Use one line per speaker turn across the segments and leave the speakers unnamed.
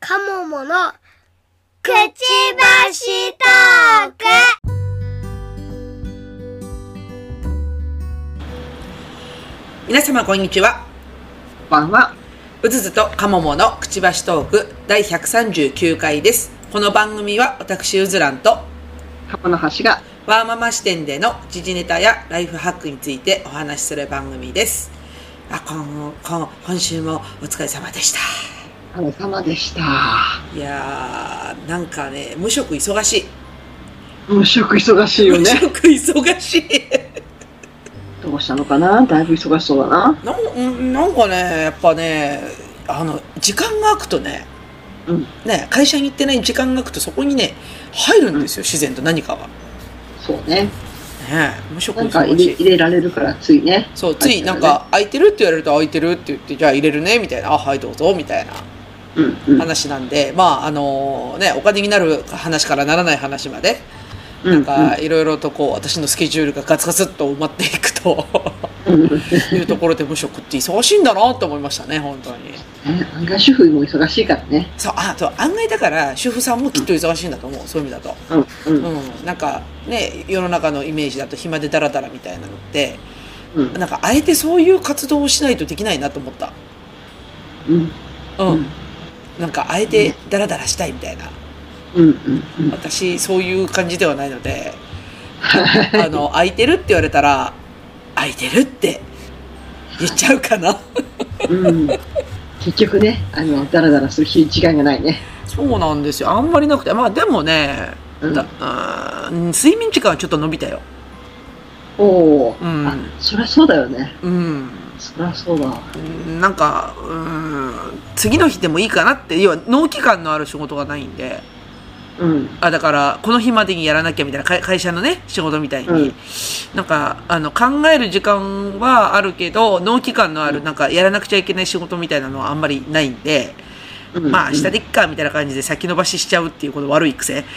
カモモのくちばしトーク
皆様こんにちは
こんばんは。
うずずとかもものくちばしトーク第139回ですこの番組は私うずらんと
過去の橋が
ワーママ視点での時事ネタやライフハックについてお話しする番組ですあこんこん今週もお疲れ様でした
お疲れ様でした。
いやーなんかね無職忙しい
無職忙しいよ
無
ね。
職忙しい
どうしたのかなだいぶ忙しそうだな。
なんなんかねやっぱねあの時間が空くとね
うん。
ね会社に行ってない時間が空くとそこにね入るんですよ自然と何かが。
そうね。
ねえ、無職
なんか
忙
入
し
れ
い。
入れられるからついね。
そう、ついなんか、空いてるって言われると、空いてるって言って、じゃあ入れるね、みたいな、あ、はい、どうぞ、みたいな
うんうん。
話なんで、まあ、あのね、お金になる話からならない話まで、
な
なんか、いろいろとこう、私のスケジュールがガツガツっと埋まっていく と、
うんうん、ね
いうところで無職って忙しいんだなと思いましたね、本当に。
案外主婦も忙しいからね。
そう、あと、案外だから、主婦さんもきっと忙しいんだと思う、そういう意味だと。
うんうん
うん、なんか、ね、世の中のイメージだと、暇でダラダラみたいなのって、
うん
なんか、あえてそういう活動をしないとできないなと思った。
うん
う
うんん、
なんかあえてダラダラしたいみたいな
うんうん
私そういう感じではないの であの空いてるって言われたら空いてるって言っちゃうかな
うん。うん結局ね、あの、だらだらする日違いがないね。
そうなんですよあんまりなくてまあでもね、
うん
だうーん睡眠時間はちょっと伸びたよ
おお、
うん
あ、そりゃそうだよね。
うん
そりゃそうだわ。
なんかうーん次の日でもいいかなって要は納期間のある仕事がないんで
うん。
あだからこの日までにやらなきゃみたいな会会社のね仕事みたいに、
うん
なんかあの考える時間はあるけど納期間のあるなんかやらなくちゃいけない仕事みたいなのはあんまりないんで、
うん
まあ明日でいっかみたいな感じで先延ばししちゃうっていうこの悪い癖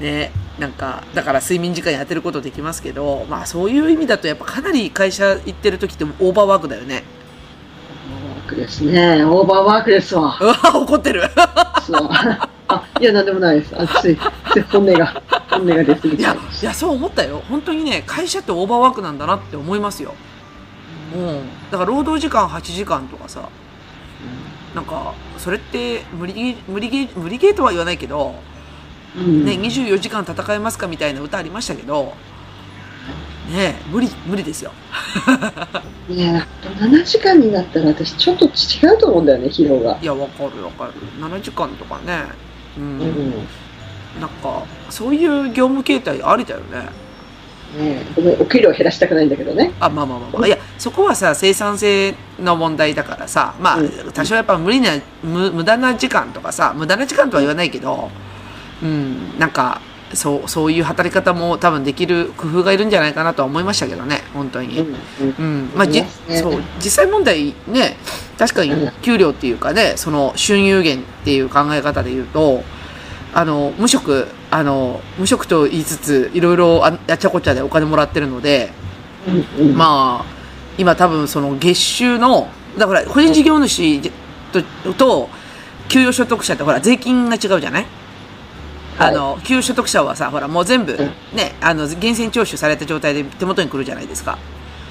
ねなんかだから睡眠時間に当てることできますけどまあそういう意味だとやっぱかなり会社行ってる時ってオーバーワークだよね
オーバーワークですね。オーバーワークですわ。
うわ怒って る
そう。あ、いや、なんでもないです。あ、つい、つい本音が、本音が出すぎ
い
ちゃ
や
いまし
いやそう思ったよ本当にね会社ってオーバーワークなんだなって思いますようんだから労働時間8時間とかさなんかそれって無理ゲー無理ゲー無理ゲーとは言わないけど、
た。うん。
ね、24時間戦えますかみたいな歌ありましたけど、ね、無理無理ですよ
いや、7時間になったら私ちょっと違うと思うんだよね、疲労が。
いやわかるわかる7時間とかねう、
うんん。ね
なんかそういう業務形態ありだよね
えごめん、お給料減らしたくないんだけどね。
あまあまあまあ、まあ、いやそこはさ生産性の問題だからさまあ
うん
多少やっぱ無理な無無駄な時間とかさ無駄な時間とは言わないけどうんなんかそうそういう働き方も多分できる工夫がいるんじゃないかなとは思いましたけどね本当に。
うん。
うんまあ、じ
思いますね
そう実際問題ね確かに
うん
給料っていうかねその収入源っていう考え方で言うとあの無職あの無職と言いつついろいろああっちゃこっちゃでお金もらってるので。
うん。うん。
まあ、今多分その月収の、だから個人事業主とと給与所得者ってほら税金が違うじゃない、
はい
あの、給与所得者はさ、ほらもう全部
うん
ね、あの、源泉徴収された状態で手元に来るじゃないですか。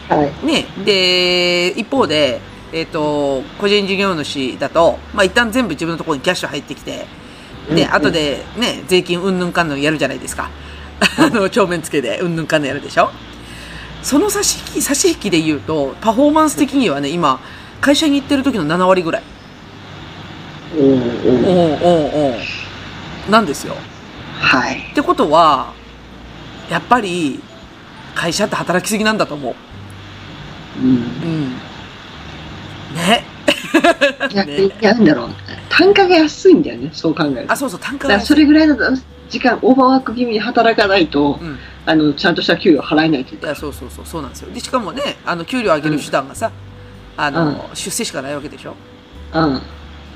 はい。
ね、で、一方で、えっ、と、個人事業主だと、まあ一旦全部自分のところにキャッシュ入ってきて、で、
うん
後でね、税金うんぬんかんぬんやるじゃないですか。 あの、帳面付けでうんぬんかんぬんやるでしょその差し引き、差し引きで言うと、パフォーマンス的にはね、今、会社に行ってる時の7割ぐらい。
うん。
お
うん。
うおうおうなんですよ。
はい。
ってことは、やっぱり、会社って働きすぎなんだと思う。
うん
う。ん。ね。
逆に、なんだろう。単価が安いんだよね、そう考えると。
あ、
だ
そうそう、単価
か
が
らそれぐらいの時間、オーバーワーク気味に働かないと、
うん。
あの、ちゃんとした給料払えないという
い
か
や、そうそうそう、そうなんですよ。で、しかもね、あの、給料上げる手段がさ、あの、出世しかないわけでしょ。
うん。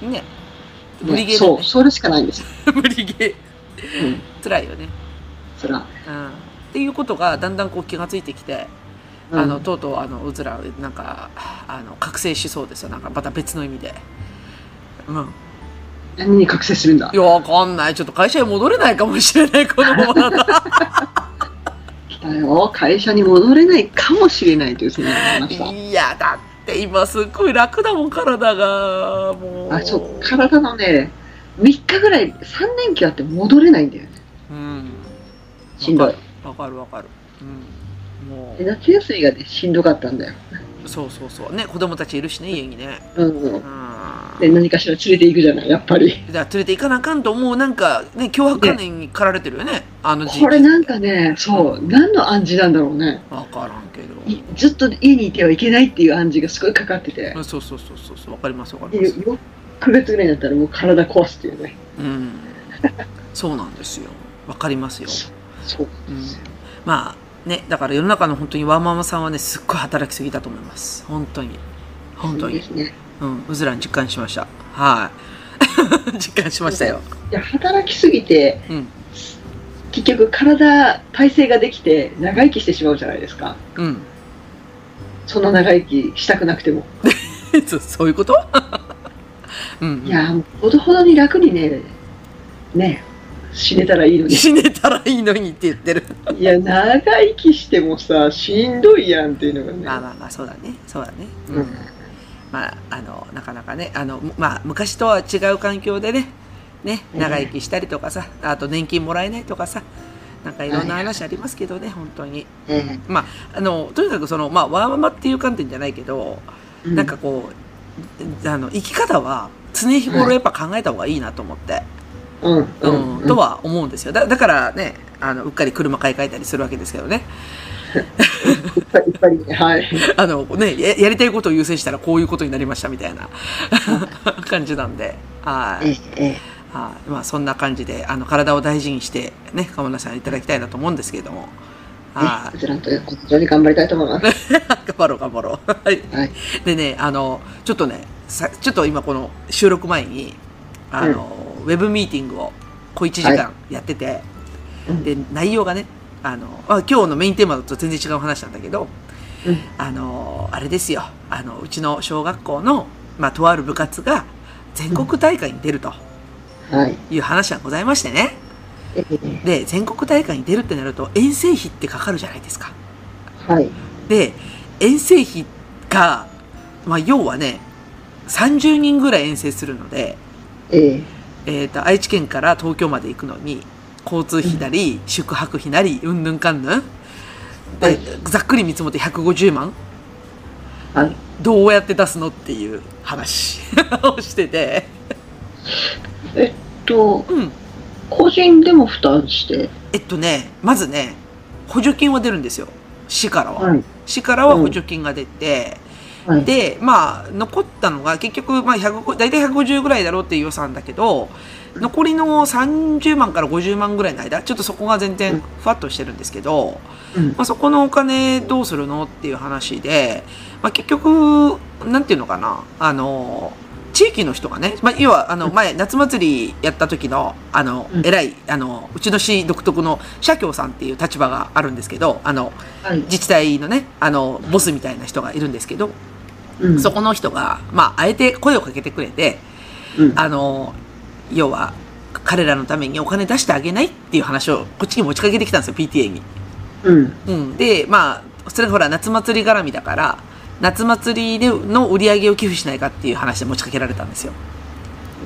ね。
ね
無理ゲーだ
そ
よ
う、
ね。
それしかないんです。
無理ゲー。
うん。
辛いよね。
そら。
うん。っていうことが、だんだんこう気がついてきて、
うん
あのとうとうあのうずらなんかあの覚醒しそうですよなんかまた別の意味で。うん、
何に覚醒するんだ
いやわかんないちょっと会社に戻れないかもしれないこのままだ と
来たよ会社に戻れないかもしれないという宣言がありました
いやだって今すっごい楽だもん体がもう
あそう体のね3日ぐらい3連休あって戻れないんだよね
うん
しんどい
わかるわかるうんも
で夏休みがねしんどかったんだよ
うそうそうそうね子供たちいるしね家にね
うんう
うんん
で何かしら連れて行くじゃないやっぱり
だから連れて行かなあかんと思うなんかね脅迫観念に駆られてるよねあの時期
これなんかねそう何の暗示なんだろうね
分からんけ
い
ど
ずっと家にいてはいけないっていう暗示がすごいかかってて
そうそうそうそうそうわかりますわか
で
ります
よ9月ぐらいになったらもう体壊すっていうね
うんそうなんですよわかりますよ
そう
うんまあねだから世の中の本当にワーママさんはねすっごい働きすぎだと思います本当に本当
そうで
に
すね
うんうずらに実感しましたはい 実感しましたよ
いや働きすぎて
うん
結局体体勢ができて長生きしてしまうじゃないですか
うん
そんな長生きしたくなくても
そそういうこと うんうん
いやーほどほどに楽にねね死ねたらい いのに
死ねたらいいのにって言ってる
いや長生きしてもさしんどいやんっていうのがね
まあまあまあそうだねそうだねうん、
うん
まああのなかなかねあのむまあ昔とは違う環境でねね
うん
長生きしたりとかさあと年金もらえないとかさなんかいろんな話ありますけどね、本当に
え
まああのとにかくそのまあワーママっていう観点じゃないけど、
え
なんかこうあの生き方は常日頃やっぱ考えた方がいいなと思って、
うんう
うん
んうん
とは思うんですよだだからねあのうっかり車買い替えたりするわけですけどね
いっぱいいっぱいね はい
あのねややりたいことを優先したらこういうことになりましたみたいな 感じなんではい、
ええ
はいまあ、そんな感じであの体を大事にしてね河村さんいただきたいなと思うんですけれどもはい
ねこちらということで頑張りたいと思います
頑張ろう頑張ろう。はい。
はい
でね、あの、ちょっとね、さちょっと今この収録前に、あの、ウェブミーティングを小1時間やってて、
うん
で、内容がね、あの、まあ、今日のメインテーマと全然違う話なんだけど、
うん
あの、あれですよ、あの、うちの小学校の、まあ、とある部活が全国大会に出ると
はい
いう話がございましてね。
ええ
で、全国大会に出るってなると遠征費ってかかるじゃないですか。
はい
で遠征費が、まあ、要はね30人ぐらい遠征するので、
ええ
えー、と愛知県から東京まで行くのに交通費なり宿泊費なりうんぬんかんぬん
は
で
い
ざっくり見積もって150万
はい
どうやって出すのっていう話 をしてて、
と
うん、
個人でも負担して
えっとねまずね補助金は出るんですよ市からは、
はい
市からは補助金が出て、
はい
で、まあ、残ったのが、結局、まあ、150大体150ぐらいだろうっていう予算だけど、残りの30万から50万ぐらいの間、ちょっとそこが全
う
然
ん
ふわっとしてるんですけど、
うん
まあ、そこのお金どうするのっていう話で、まあ、結局、なんていうのかな、あの、地域の人がね、まあ、要は、あの、前、夏祭りやった時の、あの
う、ん
偉い、あの、うちの市独特の社協さんっていう立場があるんですけど、あの、
はい
自治体のね、あの、ボスみたいな人がいるんですけど、
うん
そこの人が、まあ、あえて声をかけてくれて、
うん
あの、要は、彼らのためにお金出してあげないっていう話を、こっちに持ちかけてきたんですよ、PTA に。
うん
うん。で、まあ、それがほら、夏祭り絡みだから、夏祭りでの売り上げを寄付しないかっていう話で持ちかけられたんですよ。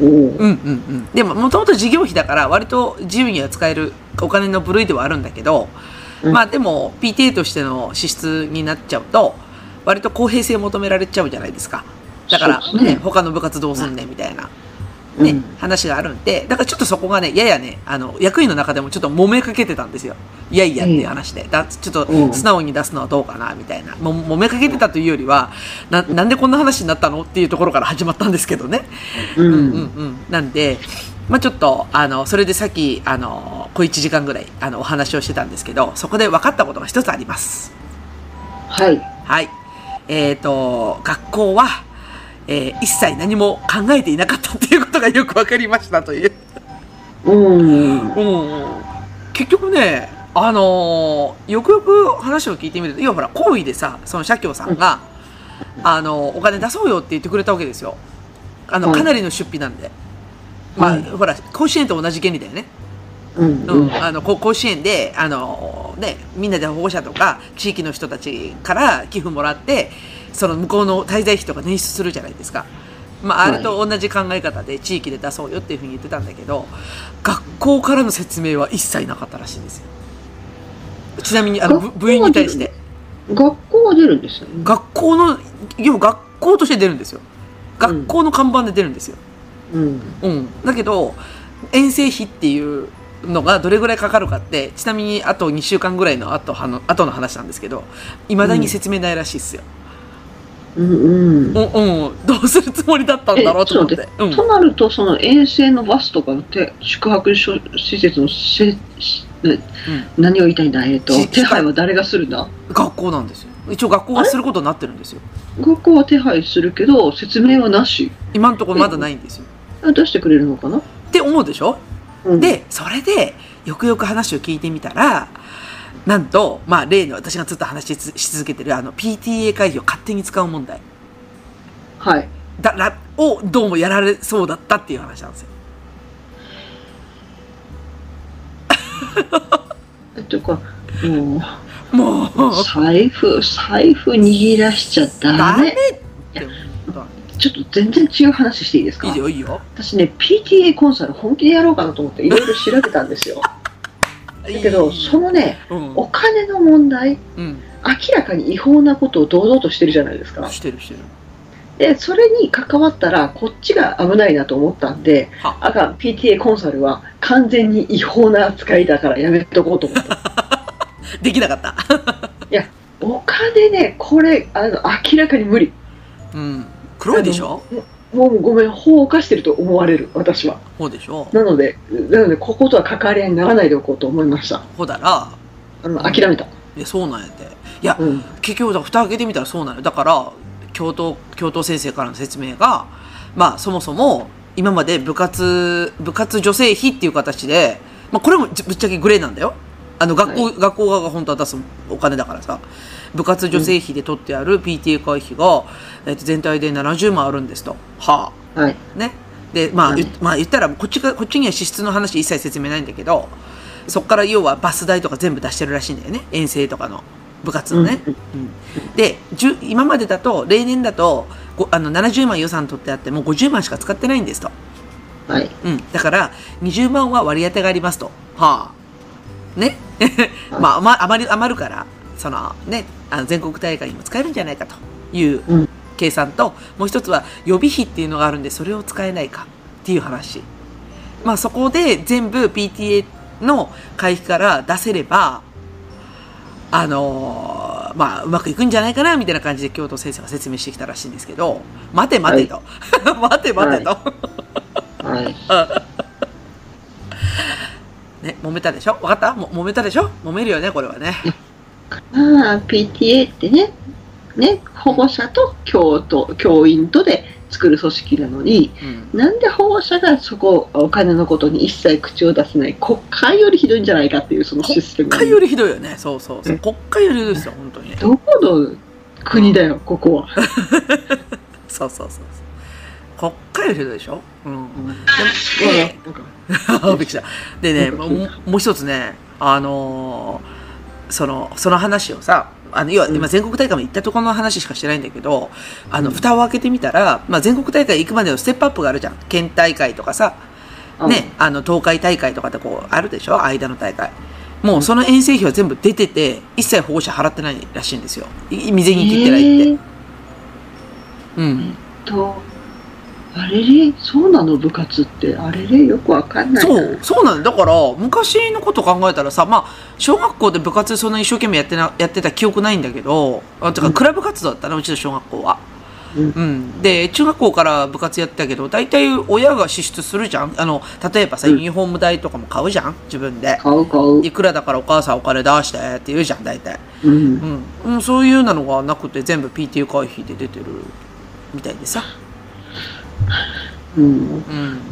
おお
うんうんうん。でも、もともと事業費だから、割と自由には使えるお金の部類ではあるんだけど、
うん
まあでも、PTA としての支出になっちゃうと、割と公平性求められちゃうじゃないですか。だから、
そうですね
ね他の部活どうすんねんみたいな、
うん
ね、話があるんで、だからちょっとそこがね、ややね、あの、役員の中でもちょっと揉めかけてたんですよ。いやいやっていう話で。だちょっ
う
と
ん
素直に出すのはどうかな、みたいな。も揉めかけてたというよりは、な、なんでこんな話になったのっていうところから始まったんですけどね。
う
うんうん
ん
うん。なんで、まあちょっと、あの、それでさっき、あの、小1時間ぐらい、あの、お話をしてたんですけど、そこで分かったことが一つあります。
はい
はい。えっ、と、学校は、えー一切何も考えていなかったっていうことがよく分かりましたという。
うん
うん。結局ね、あのーよくよく話を聞いてみると、要はほら、行為でさ、その社協さんが、あのーお金出そうよって言ってくれたわけですよ。あの、
はい
かなりの出費なんで。まあ、
はい
ほら、甲子園と同じ原理だよね。
うんう
うんん、あのこ甲子園であの、ね、みんなで保護者とか地域の人たちから寄付もらってその向こうの滞在費とか捻出するじゃないですか、まあ、あ
はい
れと同じ考え方で地域で出そうよっていうふうに言ってたんだけど学校からの説明は一切なかったらしいんですよちなみにあの
学校
部部員に対して
は学校は出るんですよね
学校の要は学校として出るんですよ学校の看板で出るんですよ、
うん
うん、だけど遠征費っていうのがどれぐらいかかるかってちなみにあと2週間ぐらいの後あの後の話なんですけどいまだに説明ないらしいっすよ、
うんうん
うんうん、どうするつもりだったんだろうと思って
えちょっと
うん、
となると、その遠征のバスとかの手宿泊所施設のせ、しね何を言いたいんだ、えっと、
し
手配は誰がするんだ
学校なんですよ一応学校がすることになってるんですよ
学校は手配するけど、説明はなし。
今のところまだないんですよ、
あ出してくれるのかな、
って思うでしょ
うん、
でそれでよくよく話を聞いてみたらなんと、まあ、例の私がずっと話しし続けてるあの PTA 会費を勝手に使う問題
はい。
だらをどうもやられそうだったっていう話なんですよ。
えというか、
も
も
う、
う、財布、財布握らしちゃダメ。
って思っ
ちょっと全然違う話していいです
た。
か
いいよ、いいよ。
私ね、PTA コンサル本気でやろうかなと思っていろいろ調べたんですよ。
だ
だけど、そのね、
うん、
お金の問題、
うん、
明らかに違法なことを堂々としてるじゃないですか。
してるしてる。
で、それに関わったら、こっちが危ないなと思ったんで
は、
あかん、PTA コンサルは完全に違法な扱いだからやめとこうと思った。
できなかった。
お金ね、これ、あの、明らかに無理。
うん。黒いでしょ
もうごめん、法を犯してると思われる、私は。
ほうでしょ
なので、なので、こことは関わり合いにならないでおこうと思いました。
ほうだら、
あの、諦めた。
いやそうなんやて。いや、
うん。
結局、だから蓋開けてみたらそうなのよ。だから、教頭、教頭先生からの説明が、まあ、そもそも、今まで部活、部活助成費っていう形で、まあ、これもじぶっちゃけグレーなんだよ。あの、学校、
は
学校側が本当は出すお金だからさ、部活助成費で取ってある PTA 会費が、えっと、全体で70万あるんですと。はあ。
はい。
ね。で、まあ、
はい
言まあ、言ったら、こっちが、こっちには支出の話一切説明ないんだけど、そこから要はバス代とか全部出してるらしいんだよね。遠征とかの部活のね。うんで、じゅ今までだと、例年だと、ごあの、70万予算取ってあって、もう50万しか使ってないんですと。
はい。
うん。だから、20万は割り当てがありますと。はあ。ね。 まあ、ま余り、余るから、その、ね、あの全国大会にも使えるんじゃないかという
うん
計算と、もう一つは予備費っていうのがあるんで、それを使えないかっていう話。まあ、そこで全部 PTA の会費から出せれば、あのーまあ、うまくいくんじゃないかな、みたいな感じで教頭先生が説明してきたらしいんですけど、待て待てと。 待て待てと。
はい。
ね、揉めたでしょわかったも揉めたでしょ揉めるよね、これはね。
まあ、PTA ってね、ね、保護者と教と教員とで作る組織なのに、
うん。
なんで保護者がそこ、お金のことに一切口を出せない、国会よりひどいんじゃないかっていう、そのシステム
国
が。
会よりひどいよね。そうそうそうう。
ん
国会よりひどいですよ、本当にね。
どこの国だよ、ここ は。
そうそうそうそう。国会よりひどいでしょうん。
でもね
あ びっくりした。でね、もうもう一つね、あのーその、その話をさ、あの、要は
うん
今全国大会も行ったところの話しかしてないんだけど、あの、蓋を開けてみたら、まあ、全国大会行くまでのステップアップがあるじゃん。県大会とかさ、ね、あの、東海大会とかってこう、あるでしょ間の大会。もうその遠征費は全部出てて、一切保護者払ってないらしいんですよ。い未
え
然に切ってないって。
ーっ
うん。
と、あれれ、そうなの、部活って。あれれ、よくわかんないな。
そう、そうなんだ。だから、昔のこと考えたらさ、まあ、小学校で部活そんな一生懸命やってな、やってた記憶ないんだけど、あ、てか、
うん
クラブ活動だったな、うちの小学校は。
うん
うん。で、中学校から部活やってたけど、大体親が支出するじゃんあの、例えばさ、
う
ユ
ん
ニフォーム代とかも買うじゃん自分で。
買う買う。
いくらだからお母さんお金出してって言うじゃん、大体。
うん
う。ん。うん、そういうなのがなくて、全部 PTA 会費で出てるみたいでさ。
うん。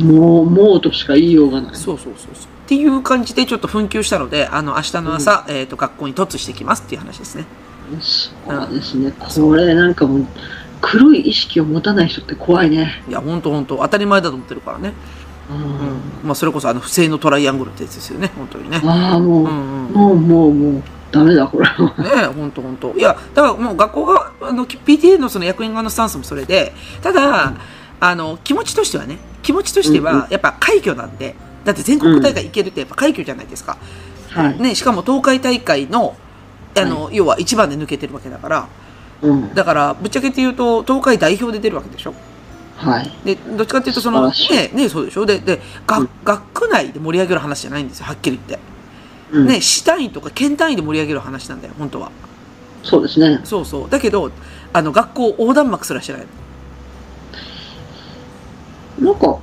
うん。
もう、もうとしか言いようがない。
そうそうそうそう。っていう感じでちょっと紛糾したので、あの、明日の朝、えっ、と、学校に突してきますっていう話ですね。
そうですね。これなんかもう、黒い意識を持たない人って怖いね。
いや、ほんとほんと、当たり前だと思ってるからね。
うん、
まあ、それこそ、あの、不正のトライアングルってやつですよね、本当にね。
ああ、もう
う、んうん。ね
もう、もう、もう、ダメだ、これは。
え、ほんとほんと。いや、だからもう学校が、あの、PTA のその役員側のスタンスもそれで、ただ、あの、気持ちとしてはね、気持ちとして
うん
は、やっぱ快挙なんで、だって全国大会行けるってやっぱ快挙じゃないですか。
はい。
ね、しかも東海大会の、あの、要は一番で抜けてるわけだから、
うん。
だから、ぶっちゃけて言うと、東海代表で出るわけでしょ
はい。
で、どっちかっていうと、その、
素晴
ね、ね、そうでしょで、で、が
うん
学区内で盛り上げる話じゃないんですよ、はっきり言って。
うん、
ね、市単位とか県単位で盛り上げる話なんだよ、本当は。
そうですね。
そうそう。だけど、あの、学校横断幕すらしてない。
なんか、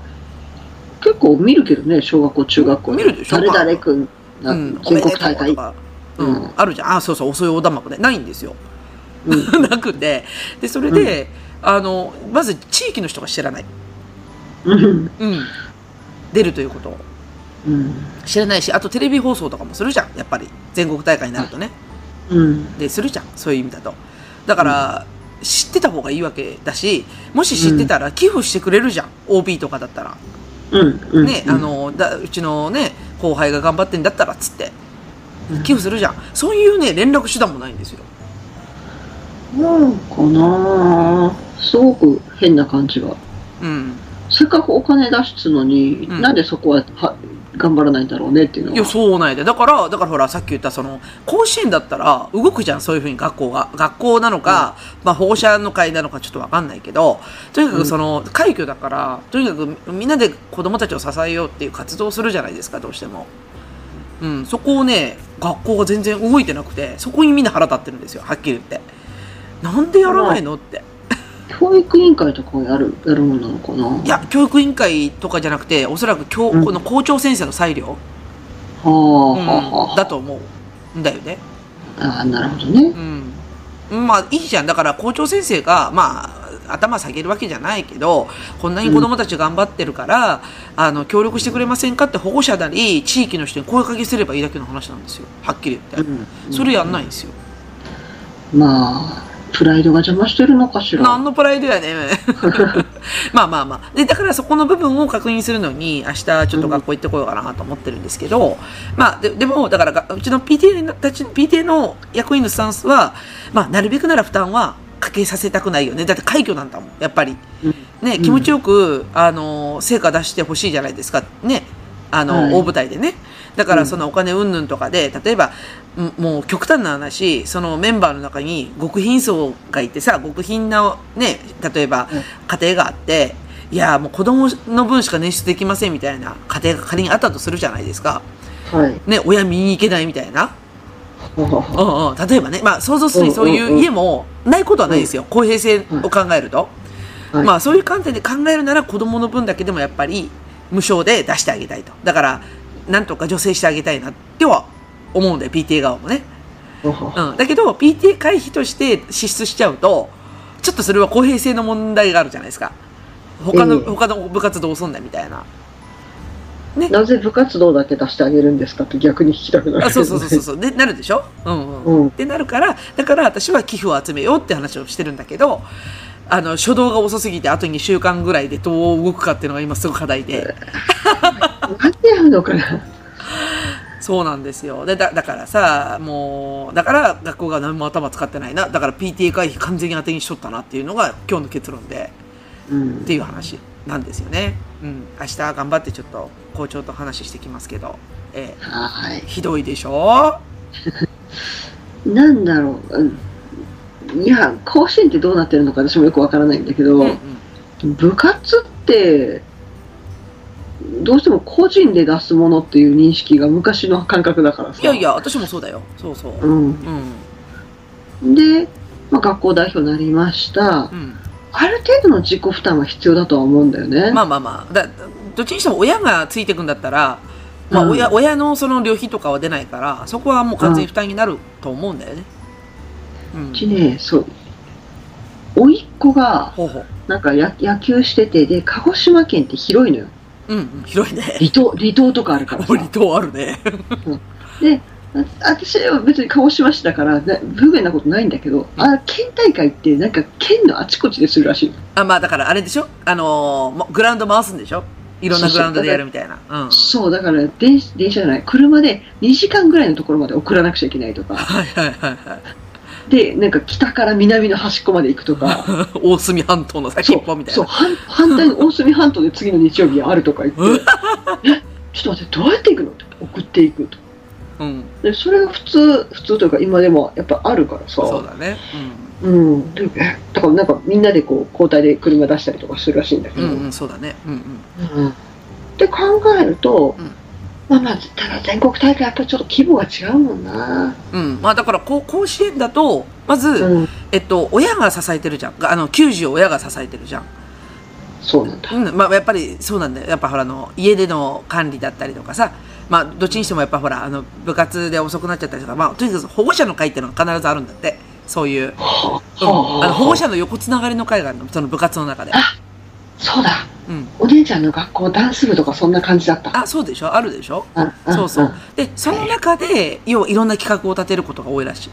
結構見るけどね、小学校、中学校。
見るでしょ
誰々君が
うん、おめ
全
でと
国
う
大
と
会。
か。う
うん
ん、あるじゃん。あ、そうそう、遅い横断幕ね。ないんですよ。
うん。
なくて。で、それで、あの、まず地域の人が知らない。
うん。
うん。出るということを。
うん。
知らないし、あとテレビ放送とかもするじゃん。やっぱり、全国大会になるとね。
うん。
でするじゃんそういう意味だとだから、知ってた方がいいわけだしもし知ってたら寄付してくれるじゃん、OB とかだったら
うん。うん。
ね、あ、のだうちのね後輩が頑張ってんだったらっつって寄付するじゃんそういうね連絡手段もないんですよ
なんかなぁすごく変な感じが。
うん
せっかくお金出すのに、
うん
なんでそこはは頑張らないんだろうねっていうの
いや
は。
そうなんやでだからだからほらさっき言ったその甲子園だったら動くじゃんそういうふうに学校が学校なのか、まあ、保護者の会なのかちょっとわかんないけどとにかくその快挙だからとにかくみんなで子供たちを支えようっていう活動をするじゃないですかどうしても、うん、そこをね学校が全然動いてなくてそこにみんな腹立ってるんですよはっきり言ってなんでやらないのって
教育委員会とかをやる、やるものなのかない
いや教育委員会とかじゃなくておそらく教、
うん
この校長先生の裁量、
はあ、
うん
はあ、は
だと思うんだよね
あ。ああ、なるほどね。
うん、まあいいじゃんだから校長先生がまあ頭下げるわけじゃないけどこんなに子どもたち頑張ってるから、あの協力してくれませんかって保護者なり地域の人に声かけすればいいだけの話なんですよはっきり言って、
うん
それやんないんですよ、
まあ、プライドが邪魔してるのかしら。
何のプライドや ねまあまあまあでだからそこの部分を確認するのに明日ちょっと学校行ってこようかなと思ってるんですけど、まあででもだからがうちの PTA たち PTA の役員のスタンスは、まあ、なるべくなら負担はかけさせたくないよねだって快挙なんだもんやっぱり
うん
ね気持ちよく、あの成果出してほしいじゃないですかねあの、
はい
大舞台でねだか
う
ら
ん
そのお金云々とかで例えばんもう極端な話そのメンバーの中に極貧層がいてさ極貧なね例えば
うん
家庭があっていやもう子供の分しか捻出できませんみたいな家庭が仮にあったとするじゃないですか
はい。
ね親見に行けないみたいな
はあは
うんうん、例えばね、まあ、想像するにそうい
んうん
う
うん
う家もないことはないですよ、公平性を考えると、
はい
まあ、そういう観点で考えるなら子供の分だけでもやっぱり無償で出してあげたいとだからなんとか助成してあげたいなっては思うんだよ PTA 側もね、
あはあ
うん、だけど PTA 回避として支出しちゃうとちょっとそれは公平性の問題があるじゃないですか他の,、
ええ
他の部活どうすんだみたいな
なぜ部活動だけ出してあげるんですかって逆に聞きたくなる。
あそうそうそうそうそうでなるでしょ、うんうん
うん
ってなるからだから私は寄付を集めようって話をしてるんだけどあの初動が遅すぎてあと2週間ぐらいでどう動くかっていうのが今すごい課題で
なんでやるのかな。
そうなんですよでだだからさもうだから学校が何も頭使ってないなだから PTA 会費完全に当てにしとったなっていうのが今日の結論で
うん
っ。ていう話なんですよね、うん、明日頑張ってちょっと校長と話してきますけど、え
はい
え。ひどいでしょ
なんだろう。うんいや、甲子園ってどうなってるのか私もよくわからないんだけど、
うんうん
部活って、どうしても個人で出すものっていう認識が昔の感覚だからさ。
いやいや私もそうだよそうそう、
うん。
うん
で、まあ、学校代表になりました
う。ん、
ある程度の自己負担は必要だとは思うんだよ ね。
まあまあまあだどっちにしても親がついてくんだったら、まあ
うん
親親のその旅費とかは出ないからそこはもう完全に負担になると思うんだよね。うん
う、ちね、そう。甥っ子が、
ほうほう
なんかや野球してて、で、鹿児島県って広いのよ。
うん、うん、広いね。
離島、離島とかあるからさ
お。離島あるね。
で、あ私は別に鹿児島市だから、な不便なことないんだけど、あ県大会ってなんか県のあちこちでするらしい。
あ、まあだからあれでしょあのーもグラウンド回すんでしょいろんなグラウンドでやるみたいな。うん。
そう、だから電電車じゃない、車で2時間ぐらいのところまで送らなくちゃいけない とか、
はいはいはいはい。
で、なんか北から南の端っこまで行くとか、
大隅半島の先
そ
っぽみ
う、
たい
そう
な。
反反対の大隅 半島で次の日曜日あるとか 言って、えちょっと待って、どうやって行くのって送っていくと。
うん。
で、それが普通、普通というか今でもやっぱあるからさ、
そうだね。
うん、でえだからなんかみんなでこう交代で車出したりとかするらしいんだけ
う
ど、
ん。うんうん、そうだね。うんうん。
うんって考えると、
うん
まあまあただ全国大会やっぱちょっと規模が違うもんな、
うん、まあだからこう甲子園だとまず、
うん、
えっと、親が支えてるじゃんがあの球児を親が支えてるじゃん、
そうなんだ、
うんまあ、やっぱりそうなんだよやっぱほらあの家での管理だったりとかさ、まあ、どっちにしてもやっぱほらあの部活で遅くなっちゃったりとか、まあ、とにかく保護者の会っていうのが必ずあるんだってそういう、うん
はあは
あの保護
あ
者の横つながりの会があるのその部活の中で
あ、そうだ
うん、
お姉ちゃんの学校ダンス部とかそんな感じだった
あそうでしょあるでしょ
あ
そうそうでその中で要はいろんな企画を立てることが多いらしい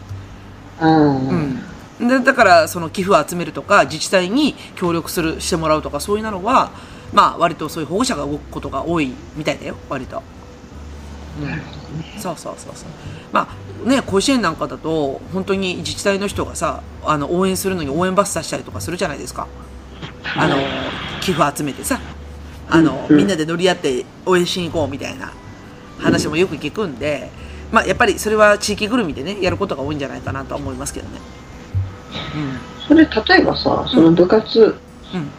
うんうん
うん、でだからその寄付を集めるとか自治体に協力するしてもらうとかそういうのはまあ割とそういう保護者が動くことが多いみたいだよ割と、
なるほどね
そうそうそうそうまあね甲子園なんかだと本当に自治体の人がさあの応援するのに応援バス出したりとかするじゃないですかあの寄付集めてさあの、
うんうん
みんなで乗り合って応援しに行こうみたいな話もよく聞くんで、まあやっぱりそれは地域ぐるみでねやることが多いんじゃないかなとは思いますけどね
それ例えばさその部活
うん、うん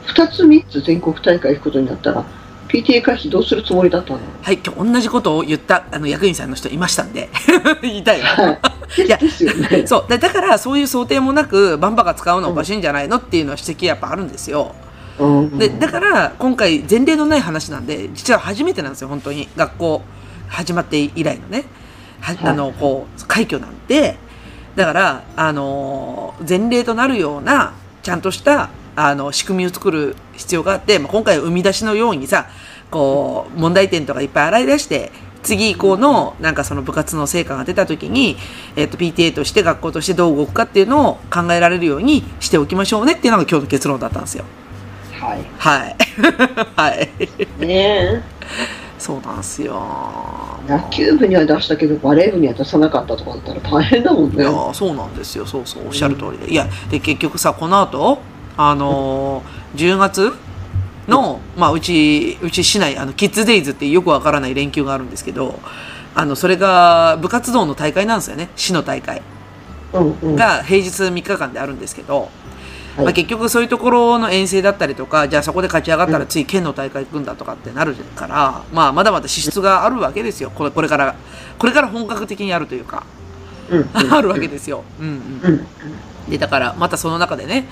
2つ3つ全国大会行くことになったら PTA 会費どうするつもり だったの
はい、今日同じことを言ったあの役員さんの人いましたんで 言いたいな。
はい
いや
ですよね
そう でだからそういう想定もなくバンバが使うのはおかしいんじゃないのっていうのは指摘やっぱあるんですよ。
うん
でだから今回前例のない話なんで実は初めてなんですよ本当に学校始まって以来のねは
はい
あのこう快挙なんでだからあのー前例となるようなちゃんとしたあの仕組みを作る必要があって、まあ、今回生み出しのようにさこう問題点とかいっぱい洗い出して次以降のなんかその部活の成果が出た時に、えっと PTA として学校としてどう動くかっていうのを考えられるようにしておきましょうねっていうのが今日の結論だったんですよ。
はい
はい。 はい。
ね
そうなんすよ。
え野球部には出したけどバレー部には出さなかったとかだったら大変だもん
い
ね
やーそうなんですよ。そうそう。おっしゃる通りで。いや、で、結局さ、この後、あのー10月の、まあ、うち、うち市内、あの、キッズデイズっていうよくわからない連休があるんですけど、あの、それが部活動の大会なんですよね。市の大会
うんうん
が平日3日間であるんですけど、
はい
まあ、結局そういうところの遠征だったりとか、じゃあそこで勝ち上がったらつい県の大会行くんだとかってなるから、まあまだまだ支出があるわけですよ。これこれから、これから本格的にやるというか、
うん
あるわけですよ。うんうん
うん
で、だからまたその中でね、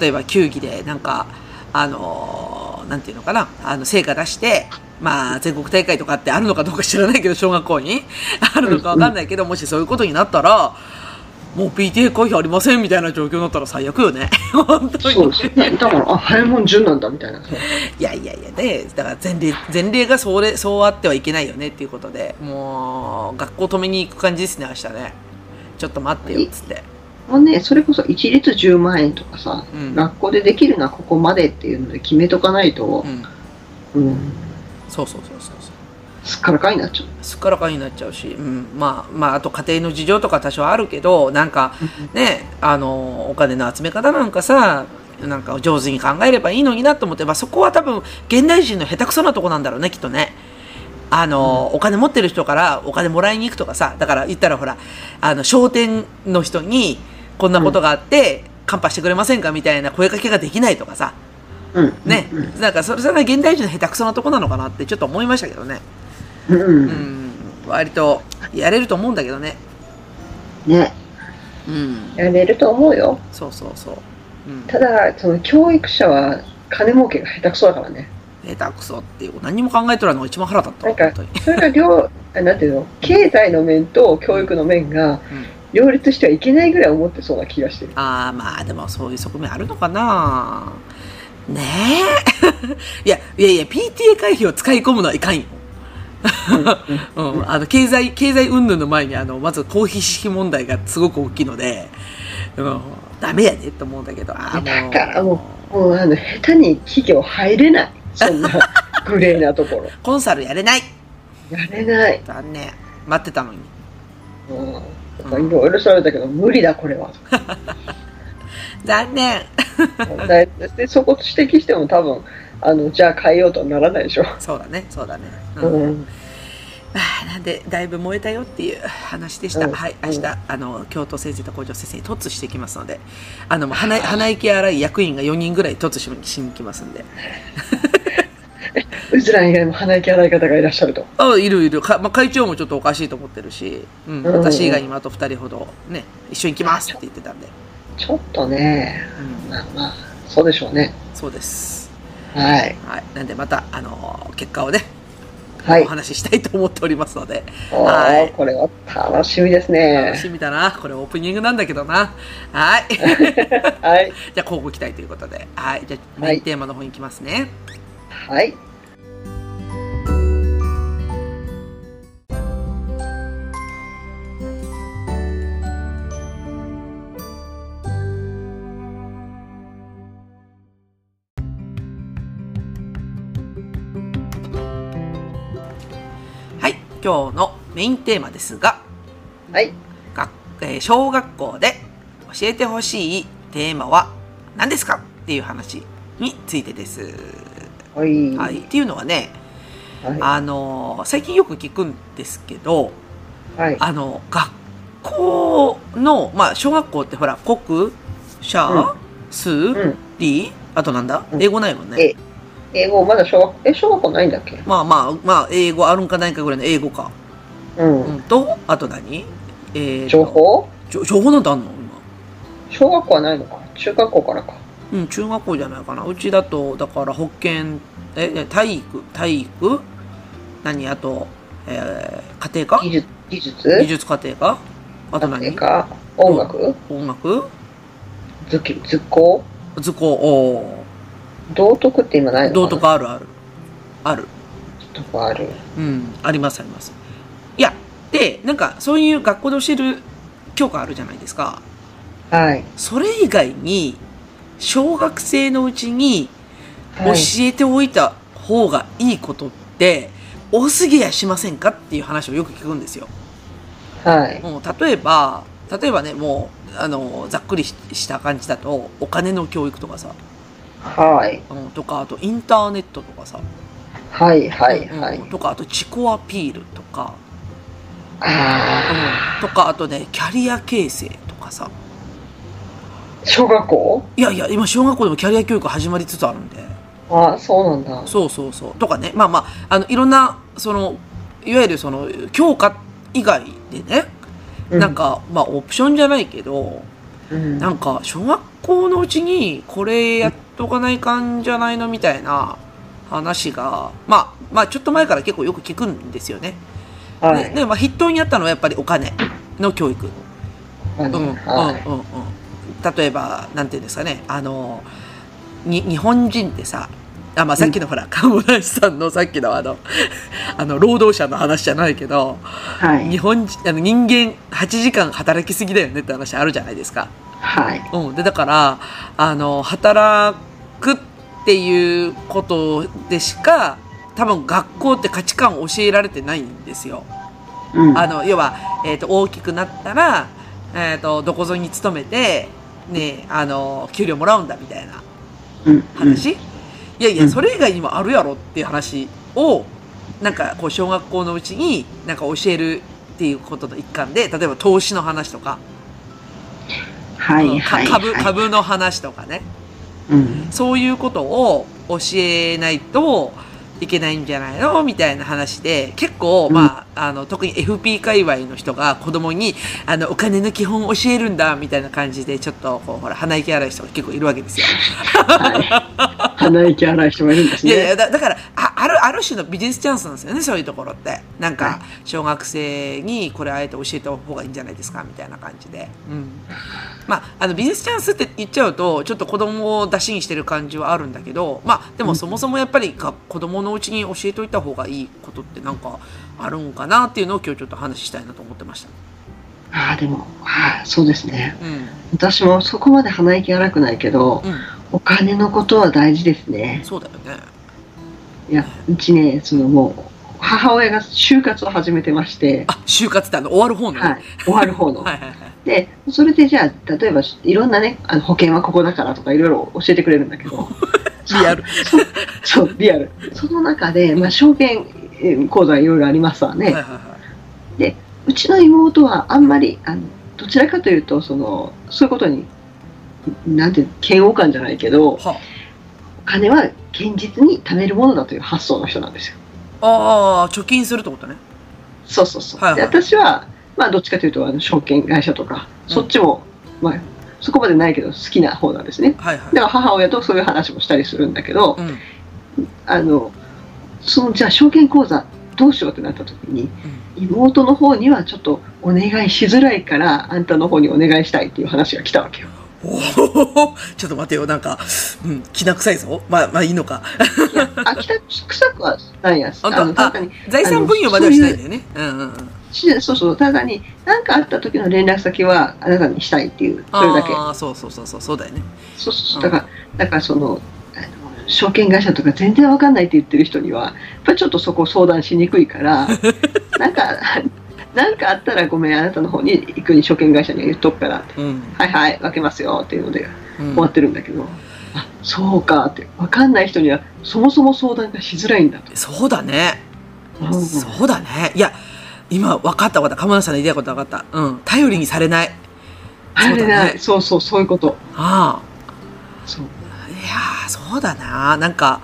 例えば球技でなんか、あのーなんていうのかな、あの、成果出して、まあ、全国大会とかってあるのかどうか知らないけど、小学校に あるのかわかんないけど、もしそういうことになったら、もう PTA 会費ありませんみたいな状況になったら最悪よね。 本当に。
そうですねだからあ早いもん順なんだみたいなさ
いやいやいやね、だから前例、前例がそれ、そうあってはいけないよねっていうことで、もう、学校止めに行く感じですね、明日ね。ちょっと待ってよ、つって。
まあねそれこそ一律10万円とかさ、
うん
学校でできるのはここまでっていうので決めとかないと
う、ん。
うん
そうそうそうそうそう。
すっからかいになっちゃう
すっからかになっちゃうし、うん。まあ、まあ、あと家庭の事情とか多少あるけど、なんか、ね、あの、お金の集め方なんかさ、なんか上手に考えればいいのになと思って、まあそこは多分、現代人の下手くそなとこなんだろうね、きっとね。あの、お金持ってる人からお金もらいに行くとかさ、だから言ったらほら、あの、商店の人に、こんなことがあって、カンパしてくれませんかみたいな声かけができないとかさ、
うん
ね
う。ん
なんかそれ、それが現代人の下手くそなとこなのかなってちょっと思いましたけどね。
うん、う
うんん、割とやれると思うんだけどね。
ね
うん、
やれると思うよ
そうそうそう。うん、
ただその教育者は金儲けが下手くそだからね
下手くそっていう、何にも考えとらんのが一番腹立ったわ。
なんか
本当に
それが両 あなんていうの経済の面と教育の面が
うん
両立してはいけないぐらい思ってそうな気がしてる
ああ、まあでもそういう側面あるのかなね いやいやいや PTA 会費を使い込むのはいかんよ、 うん、あの経済経済云々の前にあのまず公費支費問題がすごく大きいので、うん、ダメやでと思うんだけどあー
だからもう、もうあの、下手に企業入れない。そんなグレーなところ。
コンサルやれない
やれない。
残念待ってたのに
うん。とかいろいろされたけど、無理だ、これ は。
残念
だいでそこ指摘しても多分、あの、じゃあ変えようとはならないでしょ。
そうだねそうだね、う
うんん。
あーなんでだいぶ燃えたよっていう話でした、
うん
はい
うん
明日、あの教頭先生と校長先生に突してきますのであのもう鼻鼻息荒い役員が4人ぐらい突ししに来ますんで
うずら以外も鼻息荒い方がいらっしゃると。
あいるいるか、まあ、会長もちょっとおかしいと思ってるし、うん、
うん
私以外にもあと2人ほど、ね、一緒に行きますって言ってたんで、
ちょっとね、
うん、
まあまあ、そうでしょうね。
そうです、
はい。
はい、なんでまた、あのー結果をね
は
お
い。
話ししたいと思っておりますので、
お
はい
ーこれは楽しみです
楽
ね。
しみだなこれオープニングなんだけどなはい
はい。
じゃあ交互期待ということではいじゃあ
はい
メインテーマの方に行きますね、
はい。
はい、今日のメインテーマですが、
はい。
学えー小学校で教えてほしいテーマは何ですかっていう話についてです。
はい。
はい、っていうのはね、
は
あのー最近よく聞くんですけど、
い。はい。
あの学校のまあ小学校ってほら国、社、
うん
数、
うん。
理、あとなんだ、
うん
英語ないもんね。
え英語まだ小学え小学校ないんだっけ？
まあまあまあ英語あるんかないかぐらいの英語か。
うん。
うんとあと何？えーと
情報？
じょ情報なんてあんの今？
小学校はないのか。中学校からか。
うん、中学校じゃないかな。うちだと、だから保健、え、え体育、体育何あと、えー家庭科
技術技術？
技術家庭科あと
なん
何
か音楽？
音楽
図記図工？
図工、お
道徳って今な
ー
いの
道
かな？
徳あるある。ある。
とかある。
うん、ありますあります。いや、で、なんかそういう学校で教える教科あるじゃないですか。
はい。
それ以外に、小学生のうちに教
はい。
えておいた方がいいことって多すぎやしませんかっていう話をよく聞くんですよ。
はい。
もう例えば例えばねもうあのざっくりしした感じだとお金の教育とかさ、
はい。
うん、とかあとインターネットとかさ、
はいはいはい
うん。とかあと自己アピールとか、うん
ああ。、
とかあとねキャリア形成とかさ
小学校？
いやいや今小学校でもキャリア教育始まりつつあるんで
あそうなんだ。
そうそうそうとかねまあまああのいろんなそのいわゆるその教科以外でね
う
なん。か、まあ、オプションじゃないけど、
うん
なんか、小学校のうちに、これやっとかないかんじゃないのみたいな話が、まあ、まあ、ちょっと前から結構よく聞くんですよね。
は
で
い。
で、まあ、筆頭にあったのはやっぱりお金の教育。
うん
うん、うん、うん、うん。
はい。
例えば、なんていうんですかね、あの、に、日本人ってさ、あ、まあ、さっきのほら、鴨大師さんのさっきのあの、あの、労働者の話じゃないけど、
はい
日。本人あの人間8時間働きすぎだよねって話あるじゃないですか。
はい。
うん、でだからあの働くっていうことでしか多分学校って価値観を教えられてないんですよ。
うん。
あの要は、えー、と大きくなったら、えー、とどこぞに勤めて、ね、あの給料もらうんだみたいな
うんうん
話、いやいうや
ん
それ以外にもあるやろっていう話をなんかこう小学校のうちになんか教えるっていうことの一環で例えば投資の話とか、
は
うん
い
か
はい。
株
はい。
株の話とかね
うん。
そういうことを教えないといけないんじゃないのみたいな話で、結構、
うん
まあ、あの、特に FP 界隈の人が子供に、あの、お金の基本を教えるんだ、みたいな感じで、ちょっと、こう、ほら、鼻息荒い人が結構いるわけですよ。
はい。鼻息荒い人がいるんです
い
ね。
やいや、だだから、あ、ある、ある種のビジネスチャンスなんですよね、そういうところって。なん
は
か、小学生にこれあえて教えた方がいいんじゃないですか、みたいな感じで。うん。まあ、あの、ビジネスチャンスって言っちゃうと、ちょっと子供を出しにしてる感じはあるんだけど、まあ、でもそもそもやっぱりが子供のうちに教えといた方がいいことってなんかあるんかなっていうのを今日ちょっと話したいなと思ってました。
ああ、でも、はい、そうですね。
うん。
私もそこまで鼻息荒くないけど、
う
お金のことは大事です
ん。
ね。
そうだよね。
いや、うちね、そのもう、母親が就活を始めてまして、
あ、就活ってあの、終わる方のね。
はい、終わる方の。
はいはいはい。
で、それでじゃあ、例えば、いろんなね、あの保険はここだからとか、いろいろ教えてくれるんだけど、
リアル。
そう、リアル。その中で、まあ、証券えー口座いろいろありますわね。
はいはいは
うちの妹はあんまり、あのどちらかというと、その、そういうことに、なんていうの嫌悪感じゃないけど、
い。は
お金は堅実に貯めるものだという発想の人なんですよ。
ああ、貯金するってことね。
そうそうそう。
はいはい
で私は、まあ、どっちかというと、あの証券会社とか、
うん
そっちも、まあ、そこまでないけど、好きな方なんですね。
はいはい
だ。から母親とそういう話もしたりするんだけど、
うん。
あの、その、じゃあ証券口座どうしようってなった時に、妹の方にはちょっとお願いしづらいから、あんたの方にお願いしたいっていう話が来たわ けよ。
おお、ちょっと待てよ、なんか、うん、きな臭いぞ。まあ、まあいいのか。
いやあ、来た、臭くはないやつ。
あんた
あの、ただに、
財産分与まではしないんだよね。うんうんうん。
しそうそう、ただに、何かあった時の連絡先はあなたにしたいっていう、それだけ。
ああ、そうそうそうそう、そうだよね。
そうそうそうだから、だからその、あの証券会社とか全然わかんないって言ってる人には、やっぱりちょっとそこ相談しにく いから、なんか、なんかあったらごめん、あなたの方に行くに証券会社には言っとくから、
うん。
はいはい、分けますよっていうので
うん
終わってるんだけど、あ、そうかって、わかんない人にはそもそも相談がしづらいんだと。
そうだね。
うん
そうだね。いや、今、分かった分かった。鴨田さんの言いたいこと分かった。うん。頼りにされない。
あれ
そうだ
だ、
ね
そうそう、そういうこと。
ああ。
そう。
いやーそうだななんか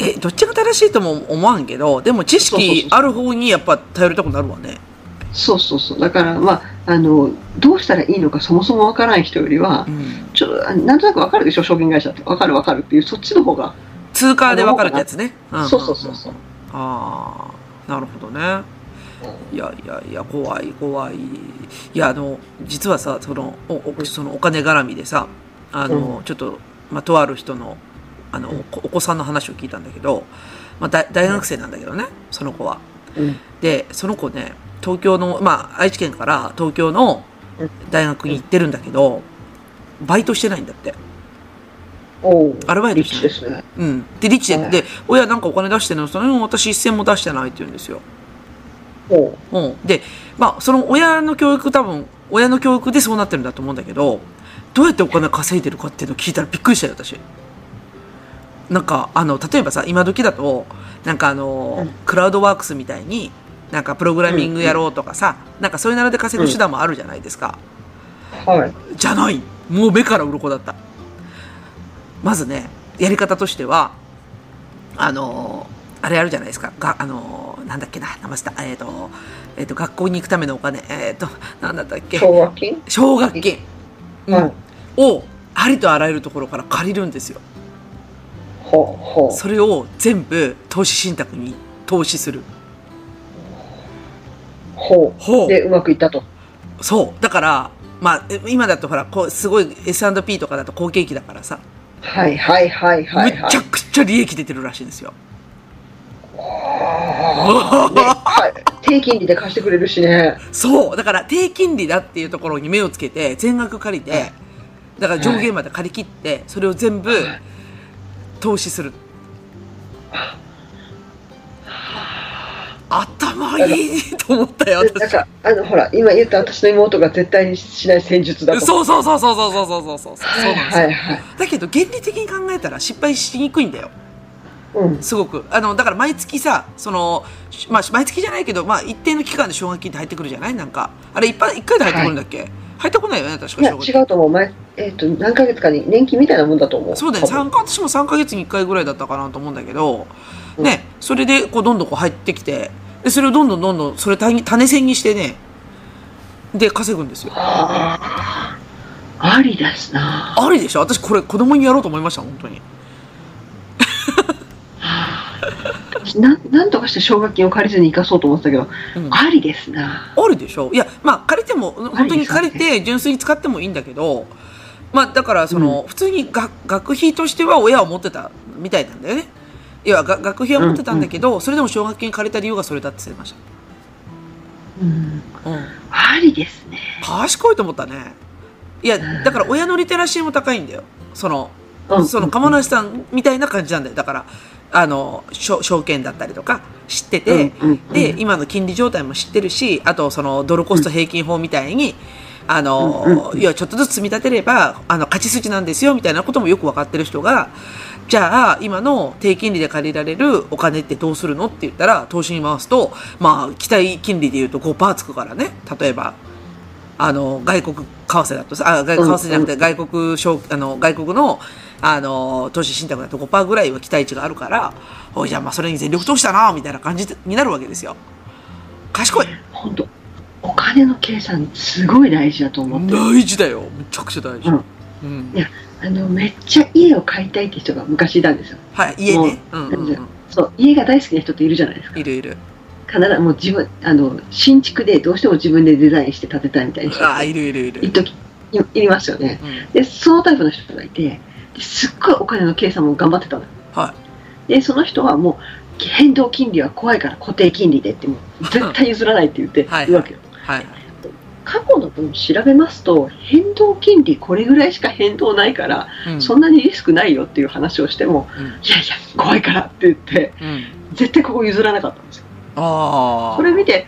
えどっちが正しいとも思わんけどでも知
そうそう
識
そう
ある方にやっぱ頼りたくなるわね
そうそうそう。だから、まあ、あの、どうしたらいいのかそもそもわからない人よりは
う、ん
ちょあなんとなくわかるでしょ、証券会社って。わかるわかるっていう、そっちの方が。
通貨で分かるってやつねんんん
そうそうそうそう。
ああなるほどねいやいやいや怖い怖いいやあの実はさそのおおそのお金絡みでさあの、ちょっと、まあ、とある人のあのお子お子さんの話を聞いたんだけど、まあ、大大学生なんだけどねその子は。
うん
でその子ね東京のまあ愛知県から東京の
うん
大学に行ってるんだけどバイトしてないんだって
お
アルバイト
リッ
し
チ
て
で
ない
すね。
うんでリッチで
はい
で親なんかお金出してるのその私一銭も出してないって言うんですよ、
おう
うん、でまあその親の教育多分親の教育でそうなってるんだと思うんだけどどうやってお金稼いでるかっていうのを聞いたらびっくりしたよ私なんかあの例えばさ今時だとなんかあの、
うん
クラウドワークスみたいになんかプログラミングやろうとかさ、なんかそういうならで稼ぐ手段もあるじゃないですか、
はい。
じゃないもう目から鱗だったまずねやり方としてはあのーあれあるじゃないですかがあのーなんだっけな名前したえっ、と,、えー、と学校に行くためのお金えっ、となんだったっけ
奨学金
奨学金うん
はい。
をありとあらゆるところから借りるんですよ
ほうほ
それを全部投資信託に投資する
う。ほ
ほ
う。で、うまくいったと。
そうだからまあえ今だとほらこうすごい S&P とかだと好景気だからさ、
はいはいはいはい
め
は
ちゃ
い。
くちゃ利益出てるらしいんですよ
あーねはい低金利で貸してくれるしね。
そうだから低金利だっていうところに目をつけて全額借りてだから上限まで借り切ってそれを全部投資する頭いいと思ったよ
なん
私
か、あの、ほら、今言った私の妹が絶対にしない戦術だと。
そうそうそうそうそうそうそうそうそう
はい
なんです
は
よ
いはい。
だけど原理的に考えたら失敗しにくいんだよ
うん。
すごくあのだから毎月さその、しまあ、毎月じゃないけど、まあ、一定の期間で奨学金って入ってくるじゃないなんかあれ一般一回で入ってくるんだっけ、入ってこないよね確か
いや、
奨学金
違うと思う。前、えっ、と、何ヶ月かに年金みたいなもんだと思う。
そうだよね
多
三
分
か私も3ヶ月に1回ぐらいだったかなと思うんだけど、
うん
ねそれでこうどんどんこう入ってきてでそれをどんどんどんどんそれ種種銭にしてねで稼ぐんですよ
ああ、ありですな。
ありでしょ私これ子供にやろうと思いました本当に
あななんとかして奨学金を借りずに生かそうと思ってたけど、
うん
ありですな。
あるでしょいや、まあ、借りても、本当に借り
あ
て、純粋に使ってもいいんだけど、まあ、だから、その、普通に学学費としては親は持ってたみたいなんだよね。いや、が学費は持ってたんだけど、それでも奨学金借りた理由がそれだって言ってまし
うん、
た。うん。
ありですね。
賢いと思ったね。いや、だから親のリテラシーも高いんだよ。その、
うん
その、鴨梨さんみたいな感じなんだよ。だから、あの、証証券だったりとか、知ってて、
うんうんうん
で、今の金利状態も知ってるし、あと、その、ドルコスト平均法みたいに、あの、いや、ちょっとずつ積み立てれば、あの、勝ち筋なんですよ、みたいなこともよくわかってる人が、じゃあ、今の低金利で借りられるお金ってどうするのって言ったら、投資に回すと、まあ、期待金利で言うと5%つくからね、例えば。あの、外国為替だとさ、あ、外
うんう
為替
ん
じゃなくて外国証、あの、外国の、あの、投資信託だと5%ぐらいは期待値があるから、おい、じゃあまあそれに全力投資だな、みたいな感じになるわけですよ。賢い
本当お金の計算すごい大事だと思ってる
大事だよ。めちゃくちゃ大事。
うん
うん
いやあのめっちゃ家を買いたいって人が昔いたんですよ
はい、家ね。うんうんう
も
ん。
そう家が大好きな人っているじゃないですか
いるいる。
必ずもう自分あの新築でどうしても自分でデザインして建てたいみたいな人
ああ、いるいるいる。
一時いいますよね
うん
でそのタイプの人がいてですっごいお金の計算も頑張ってたの
は
でその人はもう変動金利は怖いから固定金利でっても う絶対譲らないって言って
はい
るわけよ
い。はい。
過去の分調べますと変動金利これぐらいしか変動ないから
うん
そんなにリスクないよっていう話をしても、
うん
いやいや、怖いからって言って、
うん。
絶対ここ譲らなかったんですよ。
ああ。
それ見て、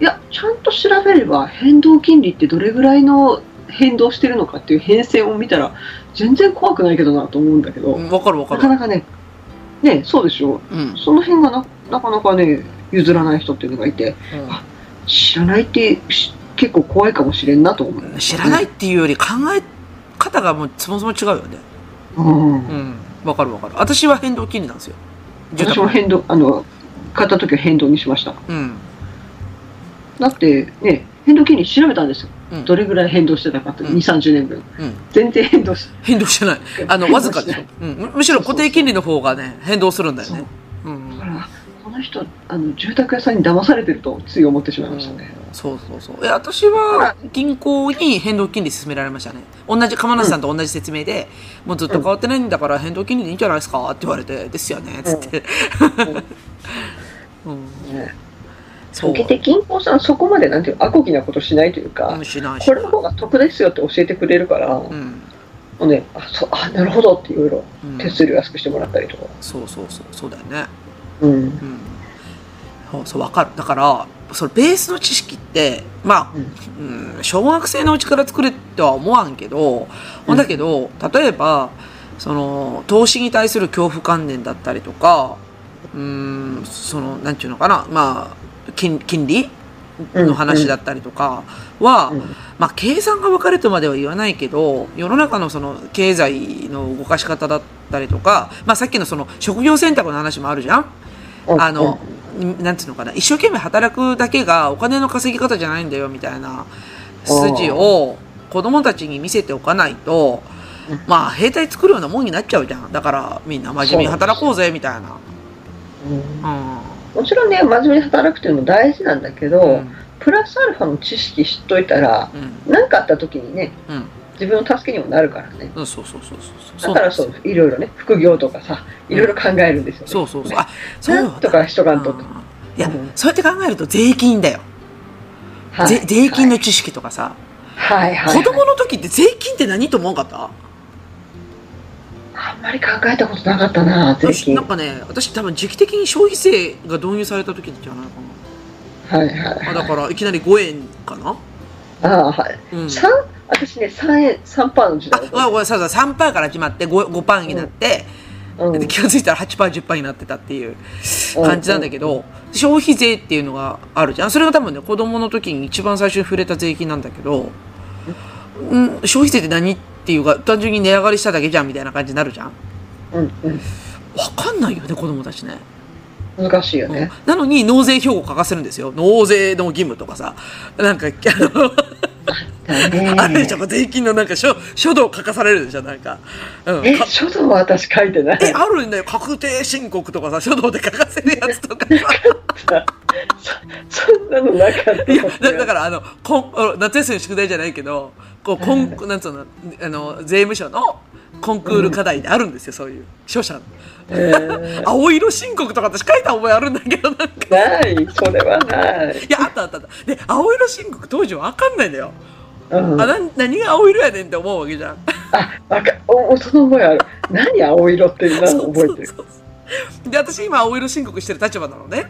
いや、ちゃんと調べれば、変動金利ってどれぐらいの変動してるのかっていう変遷を見たら、全然怖くないけどなと思うんだけど、
うんわかるわか
なか
る。
なかね、ね、そうでしょ、
うん。うん
その辺がななかなかね、譲らない人っていうのがいて、知らないってし結構怖いかもしれんなと思う。
知らないっていうより考え方がもうそもそも違うよね。
うん
うん。わかるわかる。私は変動金利なんですよ。住
私
宅
も変動、あの、買った時は変動にしました。
うん。
だってね、変動金利調べたんですよ。
うん
どれぐらい変動してたかって、
う
2、
ん
30年分。
うん。
全然変動し
変動してない。あの、わずかでしょ。うん。むむしろ固定金利の方がね、変動するんだよ
そう
ね。うん
だか。ら、この人、あの、住宅屋さんに騙されてると、つい思ってしまいましたね。
そうそうそう。いや、私は銀行に変動金利勧められましたね。同じ、鎌梨さんと同じ説明で、もうずっと変わってないんだから変動金利でいいんじゃないですかって言われて、ですよね、つって。 うん。
ね
そ
受けて銀行さん、そこまでなんていうの、アコギなことしないというか、
うん、しないし
こ
な
れ
い
の。方が得ですよって教えてくれるから、
う
も
ん。
うね、あ、そう、あ、なるほどっていろいろ
うん
手数料安くしてもらったりとか。
そうそうそう。そうだよね。
うん。
うん。そう、そう、わかる。だから、そのベースの知識って、まあ、うん、小学生のうちから作れっては思わんけど、
うん
だけど、例えば、その、投資に対する恐怖観念だったりとか、うん、その、なんていうのかな、まあ、金、金利
うん
の話だったりとかは、
うん
まあ、計算が分かるとまでは言わないけど、世の中のその、経済の動かし方だったりとか、まあ、さっきのその、職業選択の話もあるじゃんあの、なんていうのかな、一生懸命働くだけがお金の稼ぎ方じゃないんだよ、みたいな筋を子供たちに見せておかないと
うん、
まあ、兵隊作るようなもんになっちゃうじゃん。だから、みんな真面目に働こうぜ、みたいな。
うん
う
もちろんね、真面目に働くっていうのも大事なんだけど、
ん。うん。
プラスアルファの知識知っといたら、
うん。
何かあった時にね、
うん。
自分の助けにもなるからね。
うん、そうそうそうそう。
だからそう、いろいろね、副業とかさ、いろいろ考えるんですよ、ね
そうそうそう。あ、そう
なんとかしとか
うんん
とと。
いや
うん、
そうやって考えると税金だよ。
はい
ぜ税金の知識とかさ。
はいはい、
子供の時って税金って何と思わんかった
あんまり考えたことなかったな、税
私
金。
な
は
んかね私多分時期的に消費税が導入された時じゃないか
いはいはい。
なあだからいきなり5円かな、
ああ、はい。
うん、
三、私ね、三円、三パーの時
あ
代だと
ごめん
思
ごめんそうそう3パーから始まって 5, 5パーになって、
う。
で気が付いたら8パー10パーになってたっていう感じなんだけど、消費税っていうのがあるじゃんそれが多分ね子供の時に一番最初に触れた税金なんだけど、うん、消費税って何っていうか単純に値上がりしただけじゃんみたいな感じになるじゃんわ
うんうん。
かんないよね子供たちね
うん、難しいよね。
なのに納税標語書かせるんですよ。納税の義務とかさ。なんか、あの、
だね。
あれでしょ、こう税金のなんか書、書道書かされるでしょ、なんか。うん。
え、
か
書道は私書いてない。
え、あるんだよ。確定申告とかさ、書道で書かせるやつとか。
そそんなのなかった。
いや、だだから、あの、こんあの夏休みの宿題じゃないけど、こう、こん、なんつうの、あの、税務署のコンクール課題であるんですよ、そういう。書者の。
えー
青色申告とか私書いた覚えあるんだけど、なんか。
ない、それはない。
いや、あったあったあった。で、青色申告当時わかんないんだよ。
うん、
あ
あ
な何が青色やねんって思うわけじゃん。
わかおその覚えある。何青色っていうのは覚えてる。
そうそうそうで私今青色申告してる立場なのね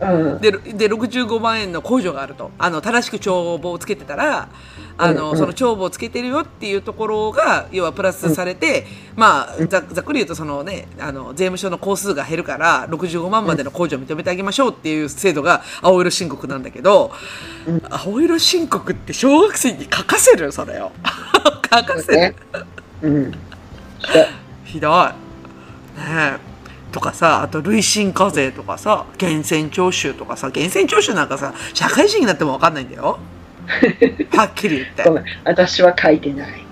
うん
でで65万円の控除があるとあの正しく帳簿をつけてたらあの、
うんうん
その帳簿をつけてるよっていうところが要はプラスされて、まあざざっくり言うとその、ね、あの税務署の工数が減るから65万までの控除を認めてあげましょうっていう制度が青色申告なんだけど、
うん
青色申告って小学生に書かせるそれを 書かせる、
ね。うん。
ひどい。ねえ。とかさ、あと累進課税とかさ、源泉徴収とかさ、源泉徴収なんかさ、社会人になっても分かんないんだ よ。はっきり言って
ご。めん、私は書いてない。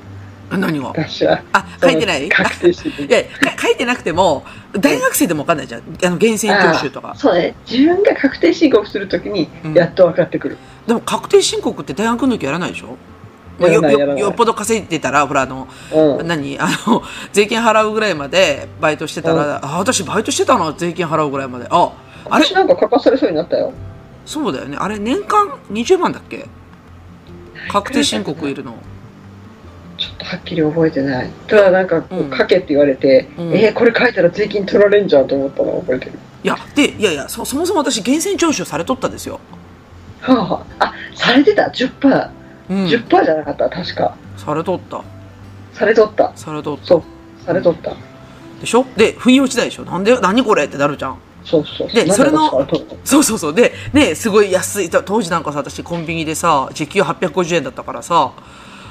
何を
私は。
あ、書いてないい
確定して
やか書いてなくても、大学生でも分かんないじゃん。あの、源泉徴収とか。
そうね。自分が確定申告するときに
うん、
やっと分かってくる。
でも確定申告って大学の時やらないでしょまあ
やら
よ
ないやら
よ
ない
よっぽど稼いでたら、ほら、あの、
うん。
何あの、税金払うぐらいまでバイトしてたら、あ、私バイトしてたな、税金払うぐらいまで。あ、あれ
私なんか書かされそうになったよ。
そうだよね。あれ、年間20万だっけ確定申告いるの。
ちょっとはっきり覚えてない。ただなんかこ
うん
う書けって言われて、
うん
えーこれ書いたら税金取られんじゃんと思ったのを覚えてる。
いや、で、いやいや、そそもそも私、源泉徴収されとったんですよ。
はあ、はあ、あ、されてた10%、
うん。
10%じゃなかった確か。
されとった。
されとった。
されとった。
そう、されとった。
でしょで、不意落ちたでしょなんで、何これってなるじゃん。
そうそうそう。
で
なん
それの
私から取った
そうそうそう。で、ね、すごい安い。た当時なんかさ、私、コンビニでさ、時給850円だったからさ、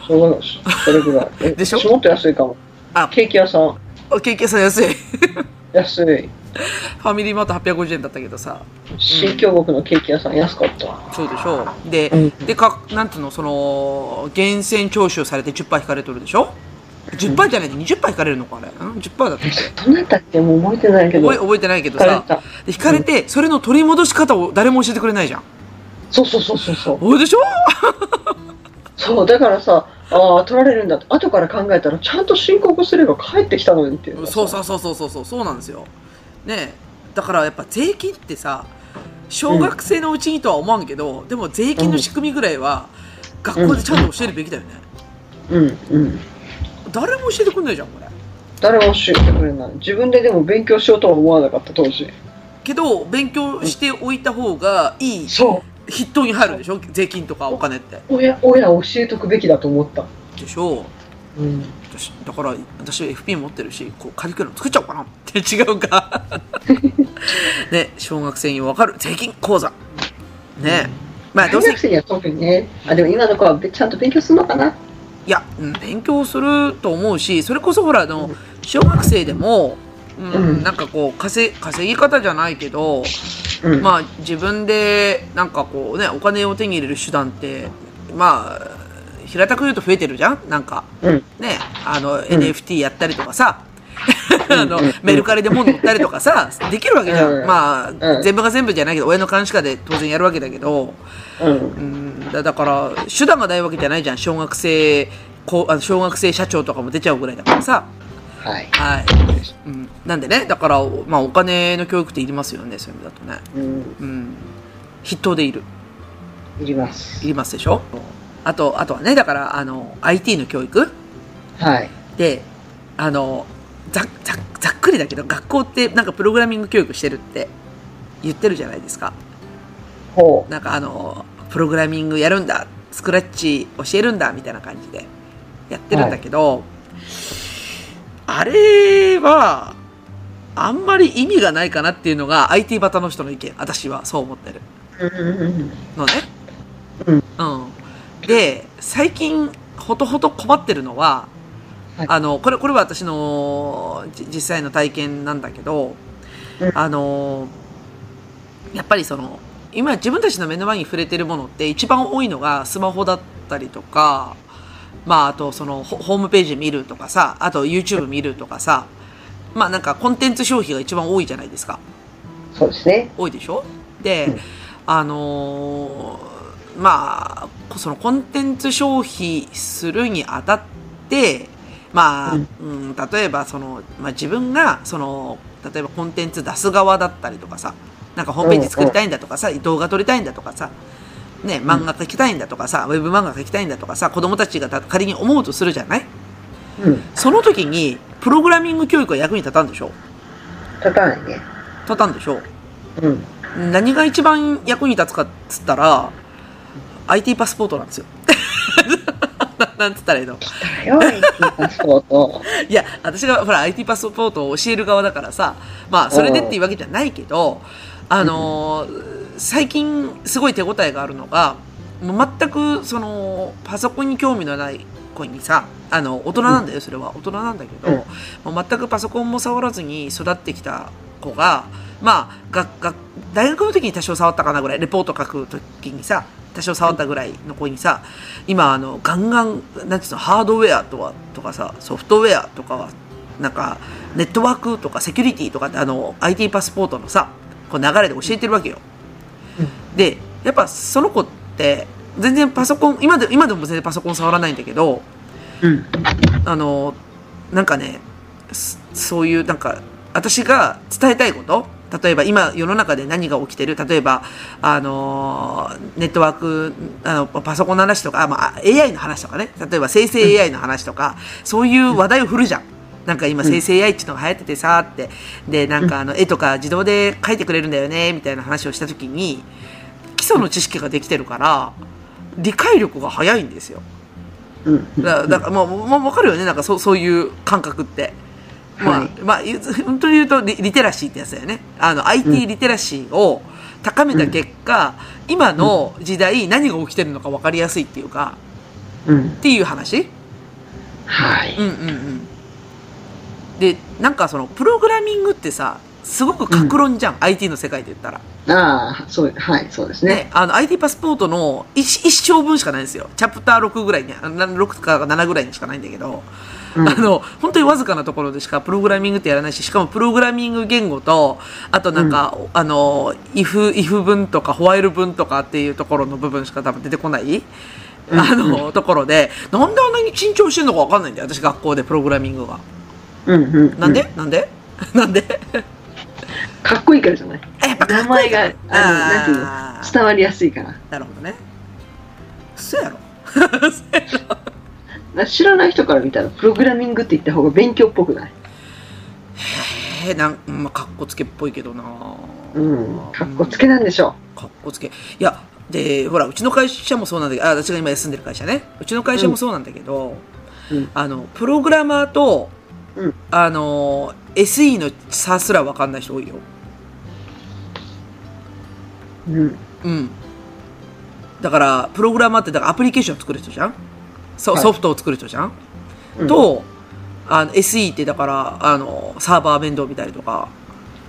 そうなのそれぐらい。え
でしょ
私もっと安いかも。
あ
ケーキ屋さん、
経験さん安い。フ
安い。
ァミリーマート850円だったけどさ、
新京極のケーキ屋さん、安かった。
そうでしょで、
うん
でか、なんていうの、その、源泉徴収されて10%引かれとるでしょ ?10% じゃないで20%引かれるのかあれ。うん、10%だったっ
え
け
どなたっけもう覚えてないけど。
覚え覚えてないけど
され
さ
た。
で引かれて、それの取り戻し方を誰も教えてくれないじゃん
そうそうそうそうそう。
おいでしょ
そうだからさああ取られるんだって後から考えたらちゃんと申告すれば帰ってきたのにっていうのがさ
そうそうそうそうそうそうそうなんですよねえだからやっぱ税金ってさ小学生のうちにとは思わんけど、でも税金の仕組みぐらいは学校でちゃんと教えるべきだよね、
うんうん
誰も教えてくれないじゃんこれ
誰も教えてくれない自分ででも勉強しようとは思わなかった当時
けど勉強しておいた方がいい
そ
筆頭に入るでしょ税金とかお金って
う親親教えとくべきだと思った
でしょ
うん
私だから私 FP 持ってるしこうカリキュラム作っちゃおうかなって違うかね小学生に分かる税金講座ねまあど
大
うせ
学生には特にねあでも今の子はべちゃんと勉強するのかない
やうん勉強すると思うしそれこそほらあの
うん
小学生でも、うん
うん
なんかこう稼稼ぎ方じゃないけど、
うん
まあ自分でなんかこうねお金を手に入れる手段ってまあ平たく言うと増えてるじゃんなんか
うん
ねあの NFT やったりとかさあの
うんうん
メルカリで物売ったりとかさできるわけじゃ
うんん
ま
う
あ
ん
全部が全部じゃないけど親の監視下で当然やるわけだけど
うん
うんだだから手段がないわけじゃないじゃん小学生こうあの小学生社長とかも出ちゃうぐらいだからさ
はい
はい、うん、なんでねだから、まあ、お金の教育っていりますよねそういう意味だとね
うん
うん筆頭でいる
いります
いりますでしょあとあとはねだからあの IT の教育
はい
であのざざざっくりだけど学校ってなんかプログラミング教育してるって言ってるじゃないですか
ほ
なんかあのプログラミングやるんだスクラッチ教えるんだみたいな感じでやってるんだけど、あれはあんまり意味がないかなっていうのが IT バタの人の意見私はそう思ってる
ううんうん
のね。
うん
うんで最近ほとほと困ってるのは、
はい
あのこれこれは私のじ実際の体験なんだけど、
うん
あのやっぱりその今自分たちの目の前に触れてるものって一番多いのがスマホだったりとか、まあ、あと、その、ホホームページ見るとかさ、あと YouTube 見るとかさ、まあなんかコンテンツ消費が一番多いじゃないですか。
そうですね。
多いでしょで、
うん
あのーまあそのコンテンツ消費するにあたってまあ、う
うんん
例えばその、まあ、自分がその例えばコンテンツ出す側だったりとかさなんかホームページ作りたいんだとかさ、動画撮りたいんだとかさね、漫画描きたいんだとかさ、ウェブ漫画描きたいんだとかさ、子供たちがた仮に思うとするじゃない
うん。
その時に、プログラミング教育は役に立たんでしょ
立たないね。
立たんでしょ
うん。
何が一番役に立つかっつったら IT パスポートなんですよ。 ななんつったらいいの
だよ、IT パスポート。
いや私がほら IT パスポートを教える側だからさまあそれでっていうわけじゃないけどあのー最近すごい手応えがあるのがもう全くそのパソコンに興味のない子にさあの大人なんだよそれは大人なんだけど、もう全くパソコンも触らずに育ってきた子がまあがが大学の時に多少触ったかなぐらいレポート書く時にさ多少触ったぐらいの子にさ今あのガンガンなんていうのハードウェアとはとかさソフトウェアとかはなんかネットワークとかセキュリティとかってあの IT パスポートのさこう流れで教えてるわけよ。でやっぱその子って全然パソコン今で今でも全然パソコン触らないんだけど
うん。
あのなんかねすそういうなんか私が伝えたいこと例えば今世の中で何が起きてる例えばあのネットワークあのパソコンの話とか、あまあ、AI の話とかね例えば生成 AI の話とか、そういう話題を振るじゃん。なんか今生成 AI っていうのが流行っててさーってでなんかあの絵とか自動で描いてくれるんだよねみたいな話をした時に基礎の知識ができてるから理解力が早いんですよ。
うん。
だだから、まあ、まあ、わかるよね。なんか、そう、そういう感覚って。まあ、
はい
まあ、ゆ 本当に言うとリ、リテラシーってやつだよね。あの、IT リテラシーを高めた結果、今の時代、何が起きてるのか分かりやすいっていうか、
うん。
っていう話
はい。
うんうんうん。で、なんかその、プログラミングってさ、すごく格論じゃん。IT の世界で言ったら。
ああ、そう、はい、そうですね。
ね、あの、IT パスポートの一一章分しかないんですよ。チャプター6ぐらいに、あな6か7ぐらいにしかないんだけど。
うん
あの、本当にわずかなところでしかプログラミングってやらないし、しかもプログラミング言語と、あとなんか、あの、if、if 文とかホワイル文とかっていうところの部分しか多分出てこない、
うん
あの、ところで、なんであんなに緊張してんのかわかんないんだよ、私学校でプログラミングが。
うんうん、うん
なんで、なんで なんで
かっこいいからじゃない
やっぱか
名
っこい
前
いか
が
ら
あのなんていうの
あー
伝わりやすいから
なるほどね。そうやろ。
な知らない人から見たらプログラミングって言った方が勉強っぽくない
えー、なん、まあ、かっこつけっぽいけどな
うんかっこつけなんでしょ
かっこつけいやでほらうちの会社もそうなんだけどあ私が今休んでる会社ねうちの会社もそうなんだけど、
うん
あのプログラマーと、
うん
あの SE の差すら分かんない人多いよ
う、うん、
うんだからプログラマーってだからアプリケーションを作る人じゃんソ
はい
ソフトを作る人じゃん、
うん
とあの SE ってだからあのサーバー面倒見たりとか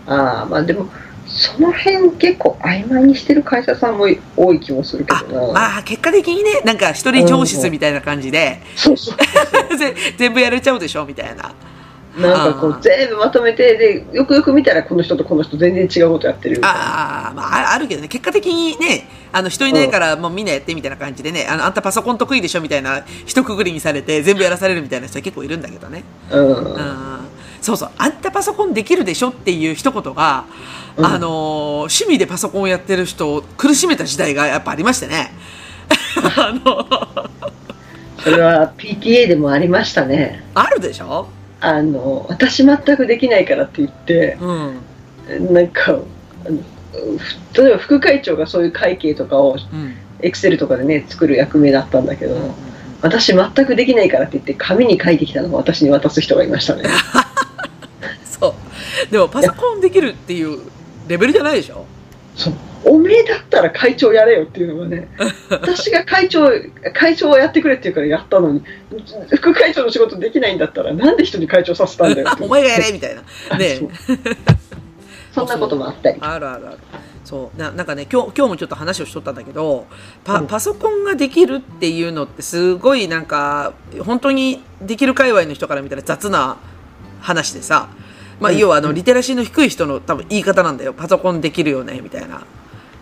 ああまあでもその辺結構曖昧にしてる会社さんも多い気もするけ
あ
どな、
まあ結果的にねなんか一人上司みたいな感じで、
そうそう
ぜ 全部やれちゃうでしょみたいな
なんかこ
あー
う全部まとめてでよくよく見たらこの人とこの人全然違うことやってるみたいな
ああ、まあ、ああるけどね、結果的にね、あの、人いないから、もうみんなやってみたいな感じでね、あの、あんたパソコン得意でしょみたいな、一括りにされて、全部やらされるみたいな人結構いるんだけどね。
うん
うん。そうそう、あんたパソコンできるでしょっていう一言が、
うん
あのー趣味でパソコンをやってる人を苦しめた時代がやっぱありまして ね。あの、
それは PTA でもありましたね
あるでしょ
あの私全くできないからって言って
うん。
なんかあのふ例えば副会長がそういう会計とかを
うん。
エクセルとかでね作る役目だったんだけど、
うん
私全くできないからって言って紙に書いてきたのを私に渡す人がいま したね
そう。でも、パソコンできるっていうレベルじゃないでしょ
そうおめえだったら会長やれよっていうのがね私が会長会長をやってくれって言うからやったのに副会長の仕事できないんだったらなんで人に会長させたんだよって
お前がやれみたいな。ねえ
そうそんなこともあったり。
あるあるある。そうななんかね今日今日もちょっと話をしとったんだけどパパソコンができるっていうのってすごいなんか本当にできる界隈の人から見たら雑な話でさ、まあ、
うん
要はあのリテラシーの低い人の多分言い方なんだよパソコンできるよねみたいな。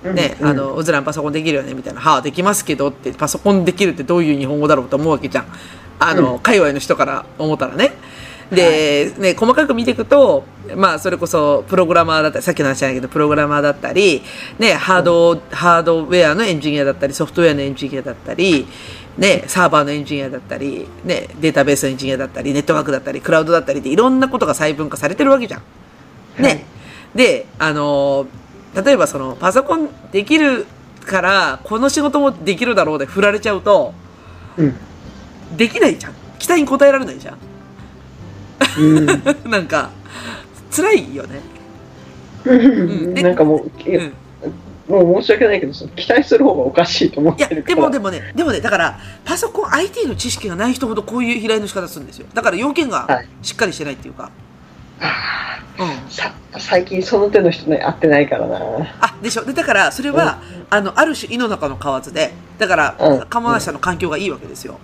ね、
うん
あの、うずらんパソコンできるよね、みたいな、はあ、できますけどって、パソコンできるってどういう日本語だろうと思うわけじゃん。あの、界隈の人から思ったらね。で、ね、細かく見ていくと、まあ、それこそ、プログラマーだったり、さっきの話じゃないけど、プログラマーだったり、ね、ハード、ハードウェアのエンジニアだったり、ソフトウェアのエンジニアだったり、ね、サーバーのエンジニアだったり、ね、データベースのエンジニアだったり、ネットワークだったり、クラウドだったりって、いろんなことが細分化されてるわけじゃん。ね、
はい
であのー例えばそのパソコンできるからこの仕事もできるだろうで振られちゃうと
うん
できないじゃん期待に応えられないじゃん
うん
なん か辛いよね、
うんなんかもう、
うん、
もう申し訳ないけど、その期待する方がおかしいと思っ
いや
てるか
で
ら。
もでもねでもねだからパソコン IT の知識がない人ほどこういう依頼の仕方するんですよだから要件
は
が
い
しっかりしてないっていうか、
あ
うん
ーさ最近その手の人ね、会ってないからな。
あでしょでだからそれは、あのある種井の中の蛙でだから、
うん
釜橋さんの環境がいいわけですよ、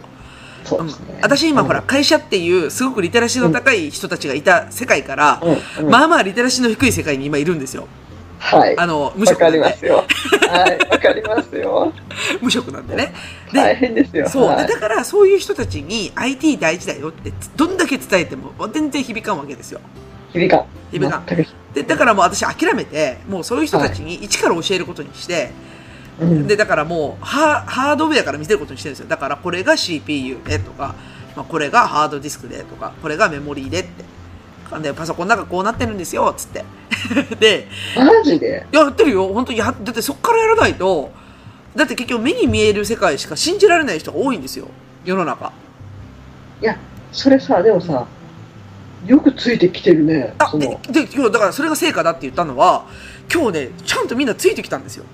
そううんですね。
私今ほら、会社っていうすごくリテラシーの高い人たちがいた世界から、
うん、うん、
まあまあリテラシーの低い世界に今いるんですよ
はい。
あの無
わ
職な
か
ん
り
で
ま
ね
すよ。はい、わかりますよ。
無職なんでねで、
大変ですよ。
そう、
はい
でだからそういう人たちに IT 大事だよってどんだけ伝えても全然響かんわけですよ
響かん。
響かん
全く
でだからもう私諦めてもうそういう人たちに一から教えることにして、
うん
でだからもうハハードウェアから見せることにしてるんですよだからこれが CPU でとか、まあ、これがハードディスクでとかこれがメモリーでってでパソコンの中こうなってるんですよつって で
マジで
やってるよ本当にやだってそっからやらないとだって結局目に見える世界しか信じられない人が多いんですよ世の中
それさ、でもさ、よくついてきてるね。
あ
その
でで今日だからそれが成果だって言ったのは今日ねちゃんとみんなついてきたんですよ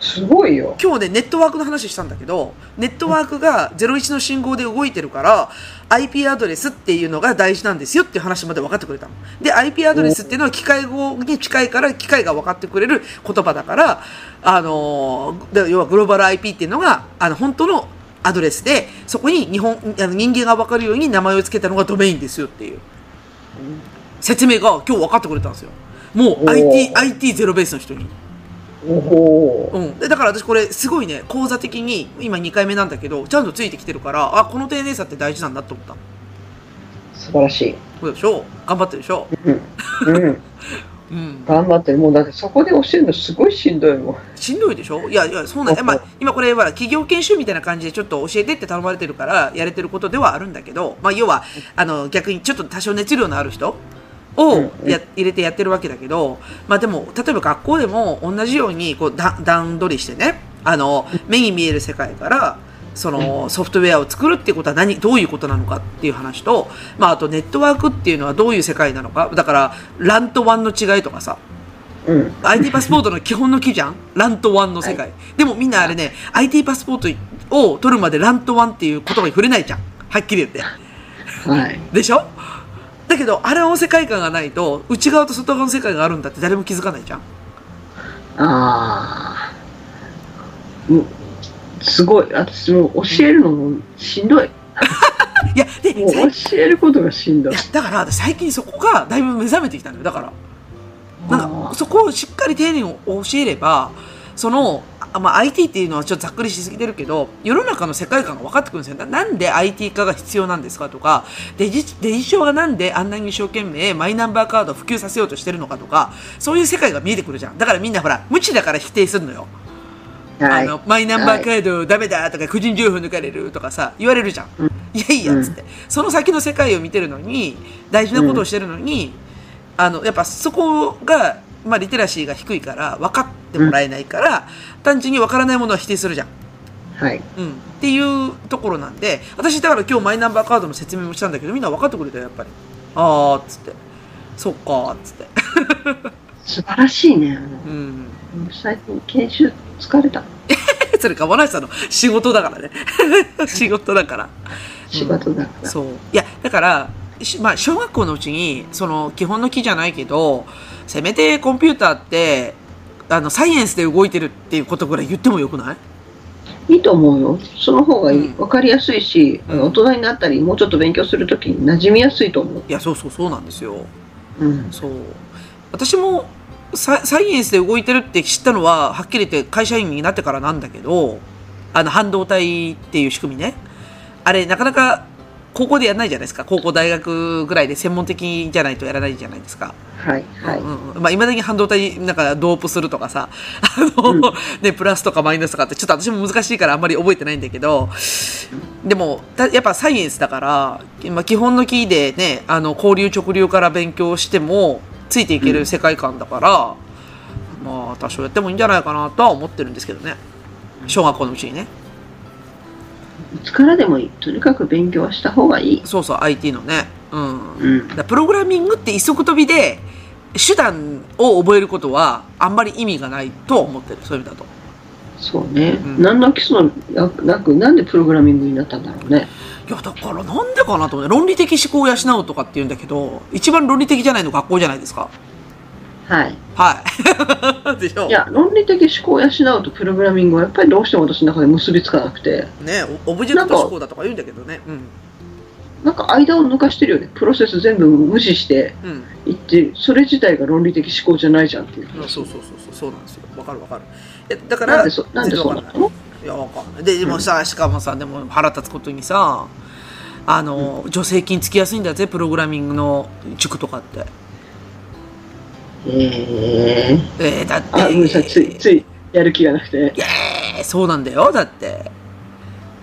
すごいよ。
今日ねネットワークの話したんだけどネットワークが01の信号で動いてるから IP アドレスっていうのが大事なんですよっていう話まで分かってくれたので IP アドレスっていうのは機械語に近いから機械が分かってくれる言葉だからあのーだ要はグローバル IP っていうのがあの本当のアドレスでそこに日本あの人間が分かるように名前を付けたのがドメインですよっていう説明が今日分かってくれたんですよも
お
う
ー
IT, IT ゼロベースの人に。
おお
うん、でだから私これすごいね講座的に今2回目なんだけどちゃんとついてきてるからあこの丁寧さって大事なんだと思った
素晴らしい。
そうでしょ頑張ってるでしょ、
うん。うん。
うん、
頑張ってる。もうだってそこで教えるのすごいしんどいもん。
しんどいでしょいやいやそうなんえまあ、今これは企業研修みたいな感じでちょっと教えてって頼まれてるからやれてることではあるんだけど、まあ、要はあの逆にちょっと多少熱量のある人を
うんうん
や入れてやってるわけだけど、まあ、でも例えば学校でも同じようにこうだ段取りしてねあの目に見える世界からそのソフトウェアを作るっていうことは何どういうことなのかっていう話と、まあ、あとネットワークっていうのはどういう世界なのかだから LAN と WAN の違いとかさ
うん。
IT パスポートの基本の木じゃんランとワンの世界、でもみんなあれね IT パスポートを取るまでランとワンっていう言葉に触れないじゃんはっきり言って
はい。
でしょだけどあれの世界観がないと内側と外側の世界があるんだって誰も気づかないじゃん
ああ。うん。すごい。私もう教えるのもしんどい。
いやで
もう
最い
教えることがしんどい
や。だから私最近そこがだいぶ目覚めてきたのよだからなんかそこをしっかり丁寧に教えればそのあ、まあ、IT っていうのはちょっとざっくりしすぎてるけど世の中の世界観が分かってくるんですよななんで IT 化が必要なんですかとかデジデジ庁がなんであんなに一生懸命マイナンバーカードを普及させようとしてるのかとかそういう世界が見えてくるじゃんだからみんなほら無知だから否定するのよ、
はい
あのマイナンバーカードダメだとか個人情報抜かれるとかさ言われるじゃん、
うん
いやいやっつって、その先の世界を見てるのに大事なことをしてるのに、あのやっぱそこが、まあ、リテラシーが低いから分かってもらえないから、単純に分からないものは否定するじゃん、
はい。
うん、っていうところなんで私だから今日マイナンバーカードの説明もしたんだけどみんな分かってくれたよやっぱりああっつってそっかーっつって
素晴らしいね。
うん
もう最近研修疲れた。
それ釜梨さんの仕事だからね 仕事だから
仕事だから。
そういやだからしまあ、小学校のうちに、その、基本の木じゃないけど、せめてコンピューターって、あの、サイエンスで動いてるっていうことぐらい言ってもよくない
いいと思うよ。その方がいい。
うん
わかりやすいし、
うん
大人になったり、もうちょっと勉強するときに馴染みやすいと思う。
いや、そうそうそうなんですよ。
うん。
そう。私もサ、サイエンスで動いてるって知ったのは、はっきり言って会社員になってからなんだけど、あの、半導体っていう仕組みね。あれ、なかなか高校でやらないじゃないですか。高校、大学ぐらいで専門的じゃないとやらないじゃないですか。
はい、はい。
うんうんまあ、未だに半導体なんかドープするとかさ、あの、
うん
ね、プラスとかマイナスとかってちょっと私も難しいからあんまり覚えてないんだけど、でも、たやっぱサイエンスだから、まあ、基本のキーでね、あの、交流直流から勉強しても、ついていける世界観だから、まあ、多少やってもいいんじゃないかなとは思ってるんですけどね。小学校のうちにね。
いつからでもいい。とにかく勉強はした方がいい。
そうそう、IT のね。うん。
うん
だ。からプログラミングって一足飛びで手段を覚えることはあんまり意味がないと思ってるそういう意味だと
そうね。
うん
何の基礎もなく、なくなんでプログラミングになったんだろうね。
いやだからなんでかなと思って論理的思考を養うとかって言うんだけど一番論理的じゃないの学校じゃないですか
はい。
はい でしょ
いや、論理的思考を養うとプログラミングはやっぱりどうしても私の中で結びつかなくて、
ねオブジェクト思考だとか言うんだけどねうん
なんか間を抜かしてるよね。プロセス全部無視して
うん
いって、それ自体が論理的思考じゃないじゃんっていう。
そうそうそうそうそうなんですよわかるわかるえだか
なん
ら
でそ、なんでそうなったの
いやわかんないででもさしかもさでも腹立つことにさあの助成金つきやすいんだぜプログラミングの塾とかって
ええ
えー、だって
あ、ごめんなさい。つい、つい、やる気がなくて。
えーそうなんだよだって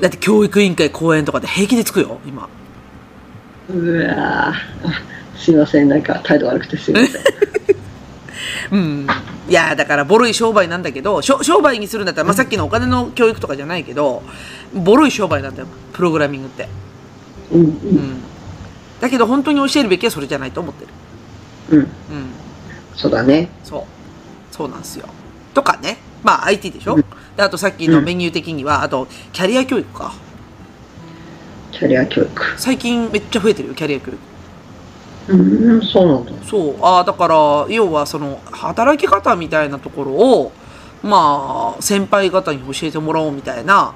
だって教育委員会講演とかで平気でつくよ今
うわぁすいません。なんか態度悪くてすいませ ん。
うんいやだからボロい商売なんだけどしょ商売にするんだったら、まあ、さっきのお金の教育とかじゃないけどボロい商売なんだよプログラミングって
うん、
う
うん、
んだけど本当に教えるべきはそれじゃないと思ってる
うん。
うん
そうだね。
そう。そうなんですよ。とかね。まあ IT でしょ、
うん
であとさっきのメニュー的には、あとキャリア教育か。
キャリア教育。
最近めっちゃ増えてるよ、キャリア教育。
うーん、そうなんだ。
そう。ああ、だから、要はその、働き方みたいなところを、まあ、先輩方に教えてもらおうみたいな、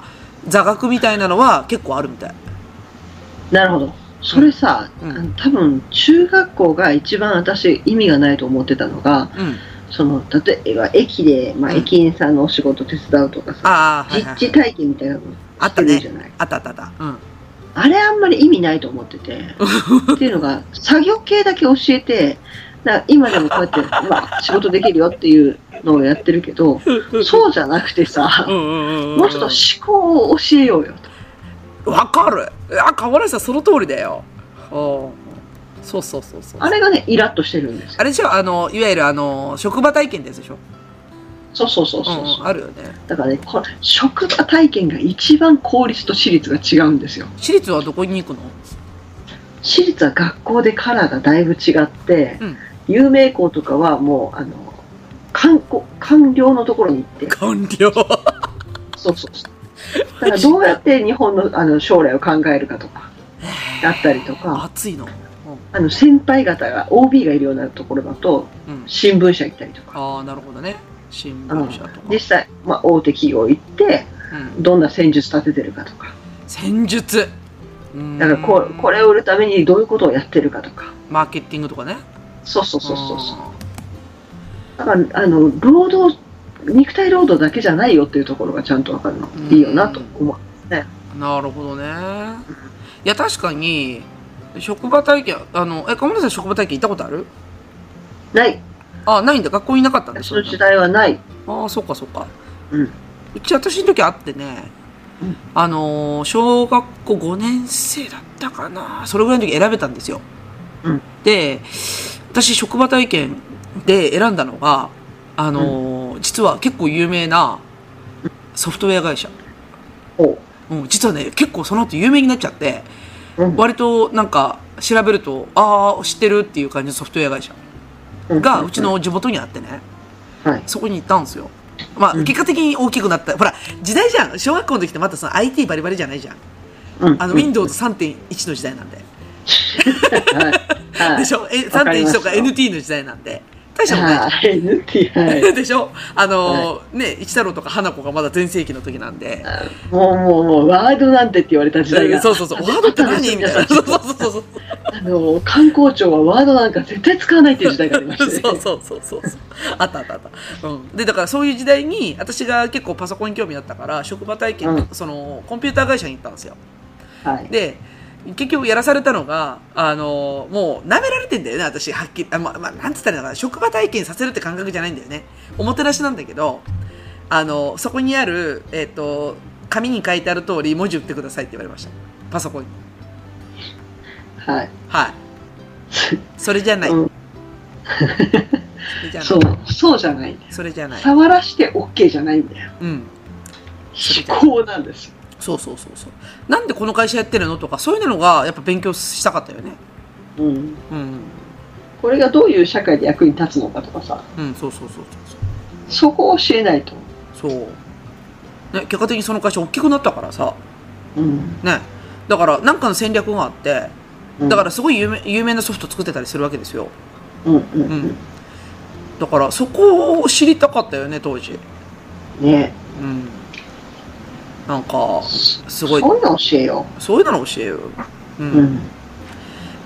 座学みたいなのは結構あるみたい。
なるほど。それさ、
うんうん
あの多分中学校が一番私意味がないと思ってたのが、
うん。
その例えば駅で、まあ、
うん
駅員さんのお仕事手伝うとかさ、
ああ、はいはい
実地体験みたいなの
あっ
して
た
るじゃ
ね。
ない。
あったあったあった。うん。
あれあんまり意味ないと思ってて。っていうのが、作業系だけ教えて、な今でもこうや って、まあ、仕事できるよっていうのをやってるけど、そうじゃなくてさ、
うんうんうんうん。
もうちょっと思考を教えようよと。
わかる。あ、河原さん、その通りだよ。おそうそうそうそう。
あれがね、イラッとしてるんですよ
あれでしょあの、いわゆるあの、職場体験ってやつでしょ
そうそうそうそうそう。
んん、あるよね。
だからね、これ職場体験が一番公立と私立が違うんですよ。
私立はどこに 行くの
私立は学校でカラーがだいぶ違って、
うん
有名校とかはもう、あの、官校官僚のところに行って、
官僚。
そうそうそう。だからどうやって日本 のあの将来を考えるかとか、だったりとか、
暑いの。
あの先輩方が OB がいるようなところだと、
うん。うん、
新聞社行ったりとか、
ああ、なるほどね。新聞社とか。
実際、まあ、大手企業行って、
うん、
どんな戦術立ててるかとか、
戦術。うん
だからこうこれを売るためにどういうことをやってるかとか、
マーケティングとかね。
そうそうそうそうそう。
う
だからあの労働肉体労働だけじゃないよっていうところがちゃんと分かるの
うん
いいよなと思
ん。なるほどね。いや、確かに、職場体験、あの、え、河村さん職場体験行ったことある
うない
あ、ないんだ。学校にいなかったんだ。
私の時代はない
ああ、そっかそっか。
うん
うち私の時あってね、
うん
あのー小学校5年生だったかなそれぐらいの時選べたんですよ、
うん
で私職場体験で選んだのがあのー実は結構有名なソフトウェア会社、
ほ
うん、実はね結構その後有名になっちゃって
う、うん
割となんか調べるとああ知ってるっていう感じのソフトウェア会社がうち、の地元にあってね、
んはい、
そこに行ったんですよ。まあ、
うん
結果的に大きくなった。ほら、時代じゃん。小学校の時ってまたその IT バリバリじゃないじゃん。
うん
あの、
うん
Windows 3.1の時代なんで。
はいはい
でしょえ
わかり
?3.1
ました
とか NT の時代なんで。大したことないじゃん
はい NT はい
でしょあのーね、一太郎とか花子がまだ全盛期の時なんで。
もうもうもうワードなんてって言われた時代が
そうそうそう、ワードって何みたい な。そうそうそうそう。
あの観光庁はワードなんか絶対使わないっていう時代がありましたね
そうそうそうそうそうあったあったあった、うん、でだからそういう時代に私が結構パソコンに興味あったから職場体験、
うん
そのコンピューター会社に行ったんですよ
はい
で結局やらされたのがあのもう舐められてんだよね私はっきりあ、まあまあ、なんつったらいいのかな職場体験させるって感覚じゃないんだよねおもてなしなんだけどあのそこにある、えっと紙に書いてある通り文字打ってくださいって言われましたパソコンに
はい
はいそれじゃない、
うん
それじゃない
そうそうじゃないんだよ
それじゃない
触らして OK じゃないんだよ
うん
思考なんですよ
そうそうそうそうなんでこの会社やってるのとかそういうのがやっぱ勉強したかったよね
うん
うん
これがどういう社会で役に立つのかとかさ
うんそうそうそうそう
そこを教えないと、
そう、ね、結果的にその会社大きくなったからさ
うん
ねだから何かの戦略があって
うん
だからすごい有名有名なソフト作ってたりするわけですよ
うんうん
う
うん
だからそこを知りたかったよね当時
んね
うんなんかすごい
そういうの教えよ
そういうの教えよう
う、
ん
うん、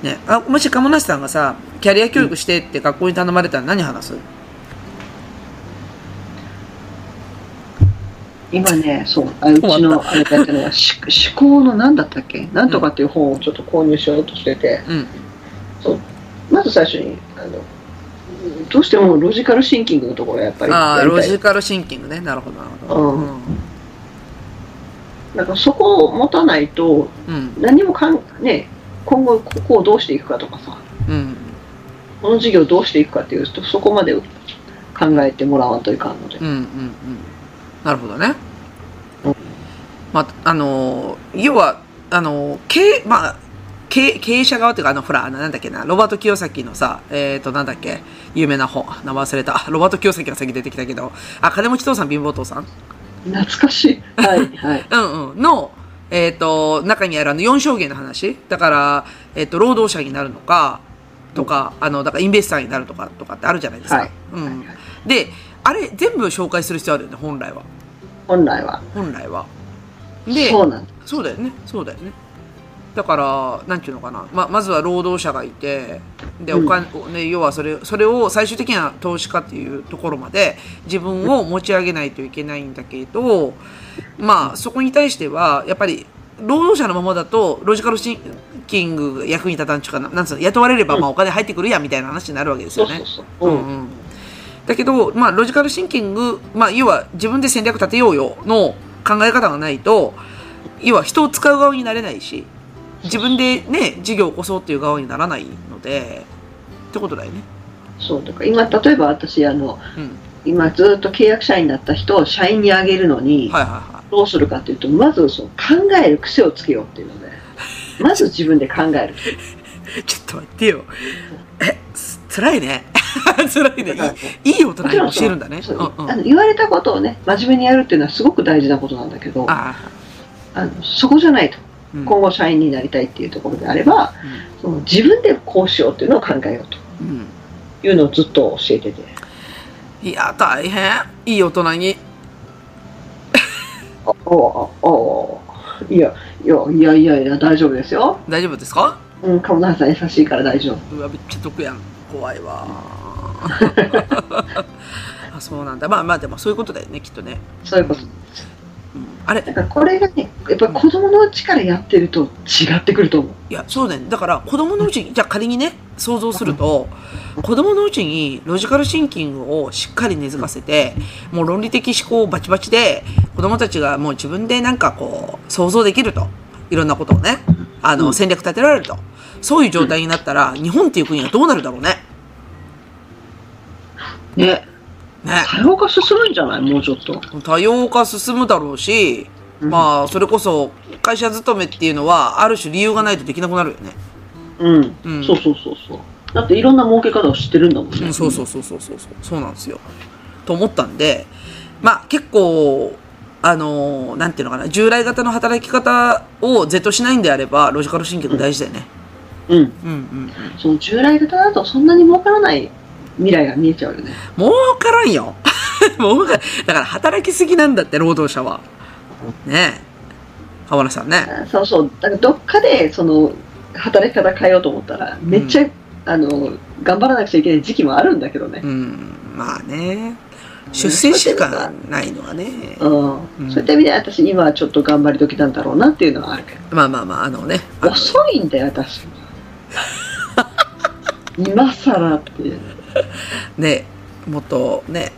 ね、あもし鴨梨さんがさキャリア教育してって学校に頼まれたら何話す、
今ねそうあうち
困
のあれだったのはし思考の何だったっけなんとかっていう本をちょっと購入しようとしてて
うん、
まず最初にあのどうしてもロジカルシンキングのところがやっぱり
ああ
やり
ロ
たい
ジカルシンキングねなるほどなるほど
うんなんかそこを持たないと
うん
何もかんね今後ここをどうしていくかとかさ
うん
この事業をどうしていくかっていうとそこまで考えてもらわんといかんので
うんうんうんなるほどね、まああのー要はあのー経営まあ経営経営者側っていうか、あの、ほら、あのなんだっけな、ロバート清崎のさ、えっ、と、なんだっけ、有名な本、名前忘れた。あロバート清崎が先出てきたけど、あ、金持ち父さん、貧乏父さん
懐かしいはいはい
うんうん、の、えっ、と、中にあるあの4証言の話。だから、えっ、と、労働者になるのか、とか、あの、だからインベスターになるとか、とかってあるじゃないですか。
はい
うん。で、あれ、全部紹介する必要あるよね、本来は。
本来は
本来は。で、
そうなんだ
そうだよね、そうだよね。だから、なんていうのかな。ま、まずは労働者がいて、で、お金、ね、要はそれ、それを最終的には投資家っていうところまで自分を持ち上げないといけないんだけど、まあ、そこに対しては、やっぱり、労働者のままだと、ロジカルシンキングが役に立たんちゅうかな、なんつうの、雇われれば、まあ、お金入ってくるや、みたいな話になるわけです
そ
よ
う
ね。
そうそう
う
うんん
うん、だけど、まあ、ロジカルシンキング、まあ、要は自分で戦略立てようよの考え方がないと要は人を使う側になれないし自分でね事業を起こそうっていう側にならないのでってことだよね。
そうだから今例えば私あの
うん、
今ずっと契約社員だった人を社員にあげるのに、
はいはいは
どうするかっていうとまずその考える癖をつけようってい うのでまず自分で考える
い。ちょっと待ってよ。え、す辛いね。 辛いね。いいいい大人
も
に
ちろん
教えるんだね。
そううんそう
うん。
あ
あ
の言われたことをね真面目にやるっていうのはすごく大事なことなんだけどあ
あ、
のそこじゃないと
うん
今後社員になりたいっていうところであればその自分でこうしようっていうのを考えようと
うん。うん
いうのをずっと教えてて
いや、大変。いい大人に。
おおおおいやいやいやいやいや大丈夫ですよ
大丈夫ですか
うん鴨川さん優しいから大丈夫
うわめっちゃ毒やん怖い わあそうなんだまあまあでもそういうことだよねきっとね、
そういうこと
うん、あれ
だからこれがねやっぱ子供のうちからやってると違ってくると思う
いやそうだよねだから子供のうちにじゃあ仮にね想像すると子供のうちにロジカルシンキングをしっかり根付かせてもう論理的思考をバチバチで子供たちがもう自分でなんかこう想像できるといろんなことをねあ
う
の
ん
戦略立てられるとそういう状態になったら日本っていう国はどうなるだろうね
ね
ね
多様化進むんじゃないもうちょっと
多様化進むだろうし、まあそれこそ会社勤めっていうのはある種理由がないとできなくなるよね、
うん、
うん
そうそうそうそうだっていろんな儲け方を知ってるんだもんね、
うん、そうそうそうそうそうそうそうなんですよと思ったんでまあ結構あのーなんていうのかな従来型の働き方を是としないんであればロジカルシンキング大事だよね、
うん。
うんうん
その従来型だとそんなに儲からない未来が見えちゃうよね。
儲からんよ 儲かだから働きすぎなんだって労働者はねえ浜田さんね
あそうそう。だからどっかで、その、働き方変えようと思ったら、めっちゃ、あの、頑張らなくちゃいけない時期もあるんだけどね。
うんまあね出世しかないのはね
うん。
うん
そういった意味で、私今はちょっと頑張り時なんだろうなっていうのはあるけど。
まあまあまああのねあの
遅いんだよ、私 は。今更っていう。
ねもっとね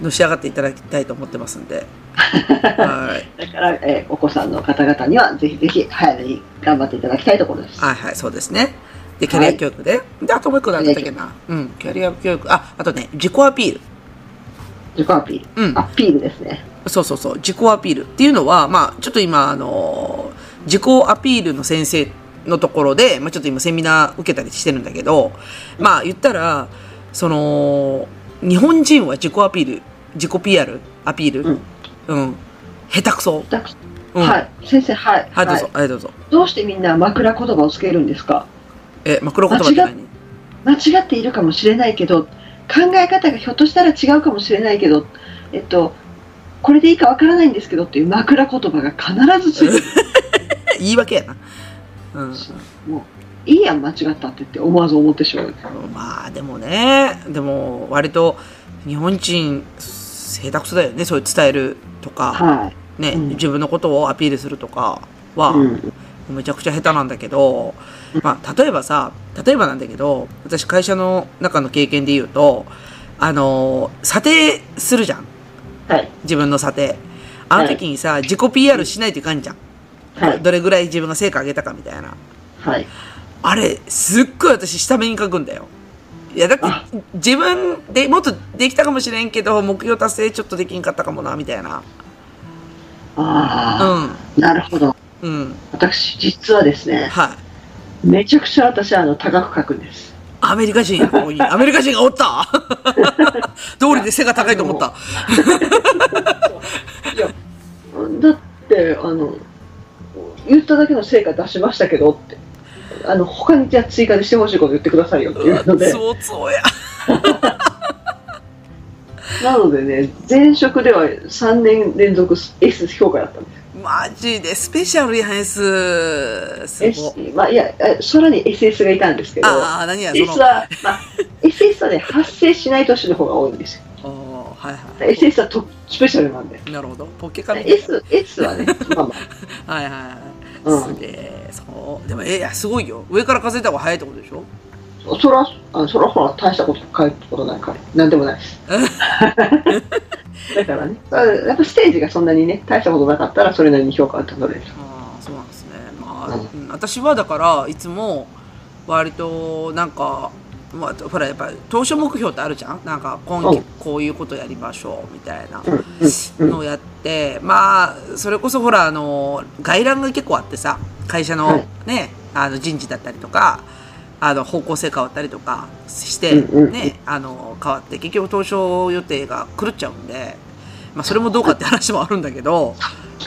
のし上がっていただきたいと思ってますんではい
だから、えーお子さんの方々には、ぜひぜひ早めに頑張っていただきたいところです。
はいはい、そうですね。で、キャリア教育で。で、あともう一個なんだったっけな。うん、キャリア教育。あ、あとね、自己アピール。
自己アピール。
うん
アピールですね。
そうそうそう、自己アピールっていうのは、まあ、ちょっと今、あのー、自己アピールの先生のところで、まあ、ちょっと今セミナー受けたりしてるんだけど、まあ、言ったら、その、日本人は自己アピール、自己 PR、アピール、
うん
うん、下手くそ。
だか
うん。
は
はい、
い。先生、はい。
どうぞ、はい、どうぞ。
どうしてみんな枕言葉をつけるんですか
え、マクロ言葉って何
間違っているかもしれないけど考え方がひょっとしたら違うかもしれないけど、えっと、これでいいかわからないんですけどっていう枕言葉が必ずついてる
言い訳やな。うん。
もういいやん間違ったってって思わず思ってしまう
まあでもねでも割と日本人下手くそだよねそういう伝えるとか、
はい、
ね
うん
自分のことをアピールするとかは、
うん
めちゃくちゃ下手なんだけど、まあ、例えばさ例えばなんだけど私会社の中の経験で言うとあの査定するじゃん
はい
自分の査定あの時にさ、自己 PR しないといかんじゃん、
はい
どれぐらい自分が成果上げたかみたいな
はい
あれ、すっごい私下目に書くんだよ。いや、だ
あ
って、自分でもっとできたかもしれんけど、目標達成ちょっとできんかったかもな、みたいな。う
あ
ん。
あ、なるほど
うん。
私実はですね
はい。
めちゃくちゃ私あの高く書くんです
アメリカ 人、ここに。アメリカ人がおった道理で背が高いと思った。
いやだってあの言っただけの成果出しましたけどってあの他にじゃあ追加でしてほしいこと言ってくださいよっていうので
そうそうや。
なのでね前職では3年連続 S 評価だったんです
マジで、スペシャルやんす。すご
S
い。
まあいやえさらに SS がいたんですけど
ああ、何や、そ
S
の。あ
は、まあ、SS はね発生しない年の方が多いんですよ
あ、はいは
SS はとスペシャルなんで
い。なるほど。ポケカみたいな。
S, S はね、まあまあ、
はいはいはい、
うん
すげえそうでもえいやすごいよ上から数えた方が早いってことでしょ
そら、あそらほら大したこと書いたことないから、なんでもない です。だからね、だからやっぱステージがそんなにね、大したことなかったら、それなりに評価は取れる。
ああそうなんですねまあ、
うん
うん私はだからいつも割となんかまあ、ほらやっぱ当初目標ってあるじゃんなんか今
う
期
ん
こういうことやりましょうみたいな
うん、うん、う
のをやってまあそれこそほらあの外覧が結構あってさ会社
は
の
い
ねあの人事だったりとかあの方向性変わったりとかして
うんうん
ねあの変わって結局当初予定が狂っちゃうんでまあそれもどうかって話もあるんだけど
ん。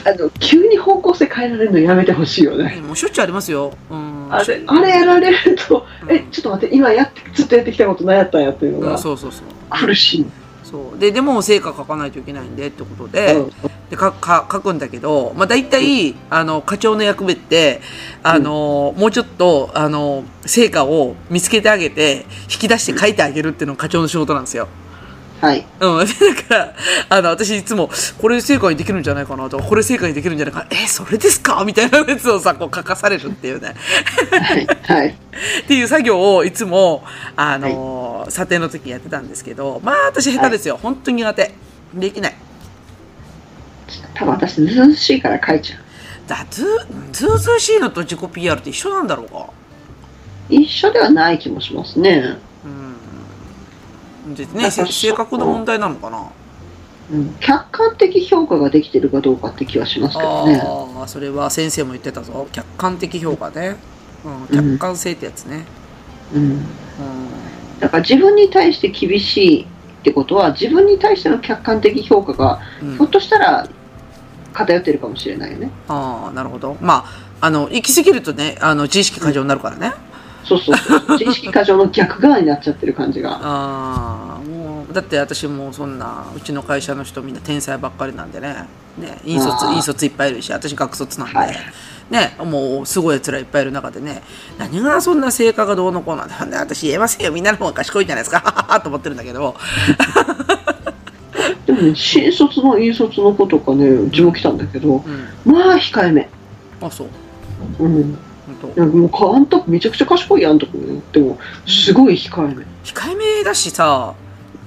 あの、急に方向性変えられるのやめてほしいよね。
でもしょっちゅうありますよ。うん
あれ、あれやられると、
うん
え、ちょっと待って、今やって、ずっとやってきたこと何やったんやっていうの
うん
が、
そうそうそう。
苦しい。
そうででも成果書かないといけないんでってことで、
うん
でかか書くんだけど、まあ、大体あの課長の役目ってあの、もうちょっとあの成果を見つけてあげて引き出して書いてあげるっていうのが課長の仕事なんですよ。
はい。
うん、 でだからあの私いつもこれ成果にできるんじゃないかなとかこれ成果にできるんじゃないかなえそれですかみたいなやつをさこう書かされるっていうね
はい。はい。
っていう作業をいつも、あのー査定の時やってたんですけど、まあ私下手ですよ。本当に苦手。できない。
多分私、ずうずうしいから書いちゃう。
だ、ず、ずうずうしいのと自己 PR って一緒なんだろうか。
一緒ではない気もしますね。
うん。でね、せ性格の問題なのかな。
うん、客観的評価ができてるかどうかって気はしますけどね。
ああ、それは先生も言ってたぞ。客観的評価ね。うん、客観性ってやつね。
うん、
うん。
だから自分に対して厳しいってことは自分に対しての客観的評価が
うん
ひょっとしたら偏ってるかもしれないよね。
ああ、なるほど。まあ、あの、行き過ぎるとね、あの、自意識過剰になるからね。
そうそうそ う。自意識過剰の逆側になっちゃってる感じが。
ああもうだって私もうそんなうちの会社の人みんな天才ばっかりなんでねね引
あ
率
ー
引率いっぱいいるし私学卒なんで、
はい
ねもうすごいやつらいっぱいいる中でね何がそんな成果がどうのこうなんてそんな私言えませんよみんなの方が賢いじゃないですか と思ってるんだけど
でもね、新卒の引率の子とかね、うちも来たんだけど、
うん
まあ控えめ。
あそう
うん。
本当
いやもうかあんためちゃくちゃ賢いやんとか言っても、すごい控えめ。
控えめだしさ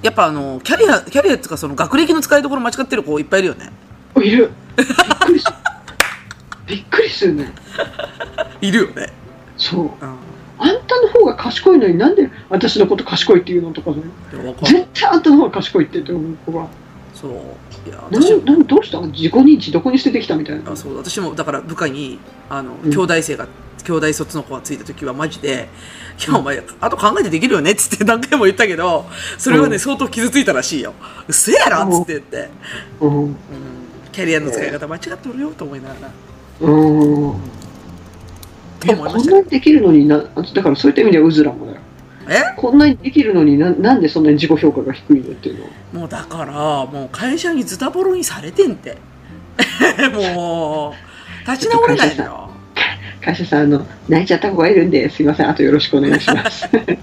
やっぱあのキャリアキャリアっていうかその学歴の使いどころ間違ってる子いっぱいいるよね
いる。びっくりする。びっくりするね。
いるよね
そう。
うん
あんたの方が賢いのになんで私のこと賢いって言うのとかね。
いやわかる
絶対あんたの方が賢いって言ってる子が。
そういや
な
私
んなんどうした自己認知どこに捨ててきたみたいな
あ。そう私もだから部下にあの、
うん
兄弟生が兄弟卒の子がついた時はマジで「いやお前あと考えてできるよね」っつって何回も言ったけどそれはね、
うん
相当傷ついたらしいよ「うせやろ!」っつって言って、
うん。
うん、キャリアの使い方間違ってるよと思いながら
うん。
と
え
思いま
こ
し
ん
た
な
ね
にできるのにな、だからそういった意味ではうずらもだよ。
え
こんなにできるのにななんでそんなに自己評価が低いのっていうの
もうだからもう会社にズタボロにされてんって もう立ち直れないのよ
会社さんあの泣いちゃった子がいるんですいませんあとよろしくお願いします
ね、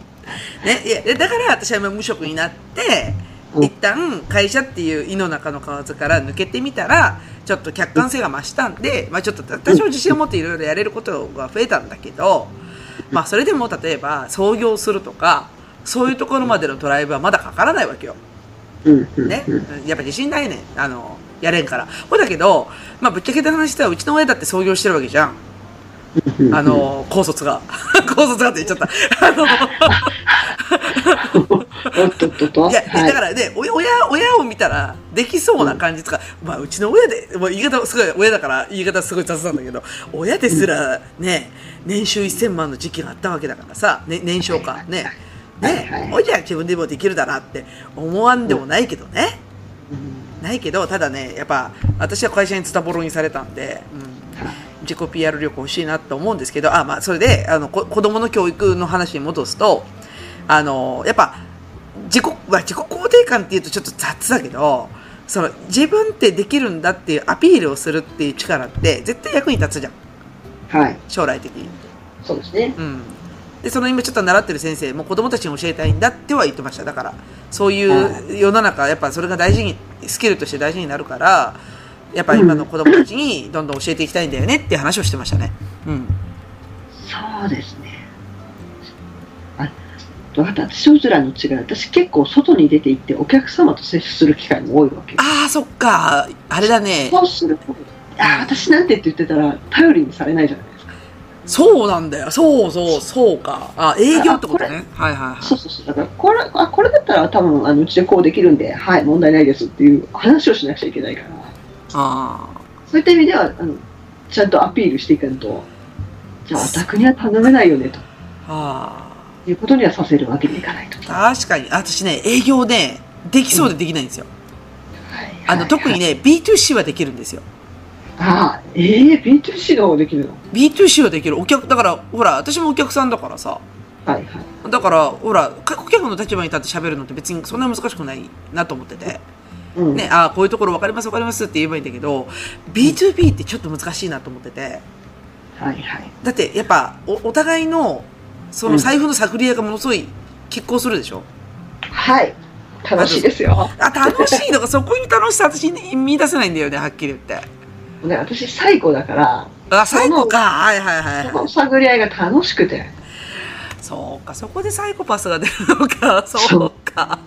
いやでだから私は今無職になって、
うん
一旦会社っていう井の中の蛙から抜けてみたらちょっと客観性が増したんで、まあ、ちょっと多少自信を持っていろいろやれることが増えたんだけど、まあ、それでも例えば創業するとかそういうところまでのドライブはまだかからないわけよ。
うんうん、
ね
うん、
やっぱ自信ないねんあのやれんから。ほいだけど、まあ、ぶっちゃけた話したらうちの親だって創業してるわけじゃん。
うん
あの、高卒が。 高卒がって言っちゃった。あの
おっとっとっと
いや、
は
だか
い
らね、親、親親を見たら、できそうな感じとか、まあ、うちの親で、まあ、言い方すごい、親だから、言い方すごい雑なんだけど、親ですら、ね、年収1000万の時期があったわけだからさ、ね、年商か、ね、
はいは
ね
い、
おいじゃ自分でもできるだなって思わんでもないけどね、
うん
ないけど、ただね、やっぱ、私は会社にズタボロにされたんで、うん自己 PR 力欲しいなと思うんですけど、あ、まあ、それで、あの、こ子供の教育の話に戻すと、あの、やっぱ、自己、まあ、自己肯定感っていうとちょっと雑だけど、その、自分ってできるんだっていうアピールをするっていう力って、絶対役に立つじゃん。
はい
将来的に。
そうですね
うん。で、その今ちょっと習ってる先生も子供たちに教えたいんだっては言ってました。だから、そういう世の中、やっぱそれが大事に、スキルとして大事になるから、やっぱ今の子供たちにどんどん教えていきたいんだよねっていう話をしてましたね。うん。
そうですねあ私うずらの違い私結構外に出て行ってお客様と接する機会も多いわけよ
ああ、そっか。あれだね。
そうするとあ私なんてって言ってたら頼りにされないじゃないですか
そうなんだよ。そうそう、そうか。あ、営業ってことね。はいはいはい。
そうそうそうだからこれあこれだったら多分あのうちでこうできるんではい問題ないですっていう話をしなくちゃいけないから
あ
そういった意味では、あのちゃんとアピールしていかんと、じゃあ、お宅には頼めないよねと
あ。あ
いうことにはさせるわけにいかないと。
あ。確かに。私ね、営業ね、できそうでできないんですよ。あの、特に
ね。
ね、B2C はできるんですよ。
ああ、ええ B2C の方できるの
B2C はできる。お客、だから、ほら、私もお客さんだからさ。
はいはい。
だから、ほら、か顧客の立場に立って喋るのって別にそんなに難しくないなと思ってて。
うん。
ね、ああ、こういうところ分かります分かりますって言えばいいんだけど、B2B ってちょっと難しいなと思ってて。
はいはい。
だってやっぱおお互いのその財布の探り合いがものすごい拮抗するでしょ、
はい。楽しいですよ。
あ楽しい のがそこに楽しさ私見出せないんだよねはっきり言って
ね、私、最後だから、
あサイコかはいはいはい
こ
はい
の探り合いが楽しくて。
そうかそこでサイコパスが出るの かそうか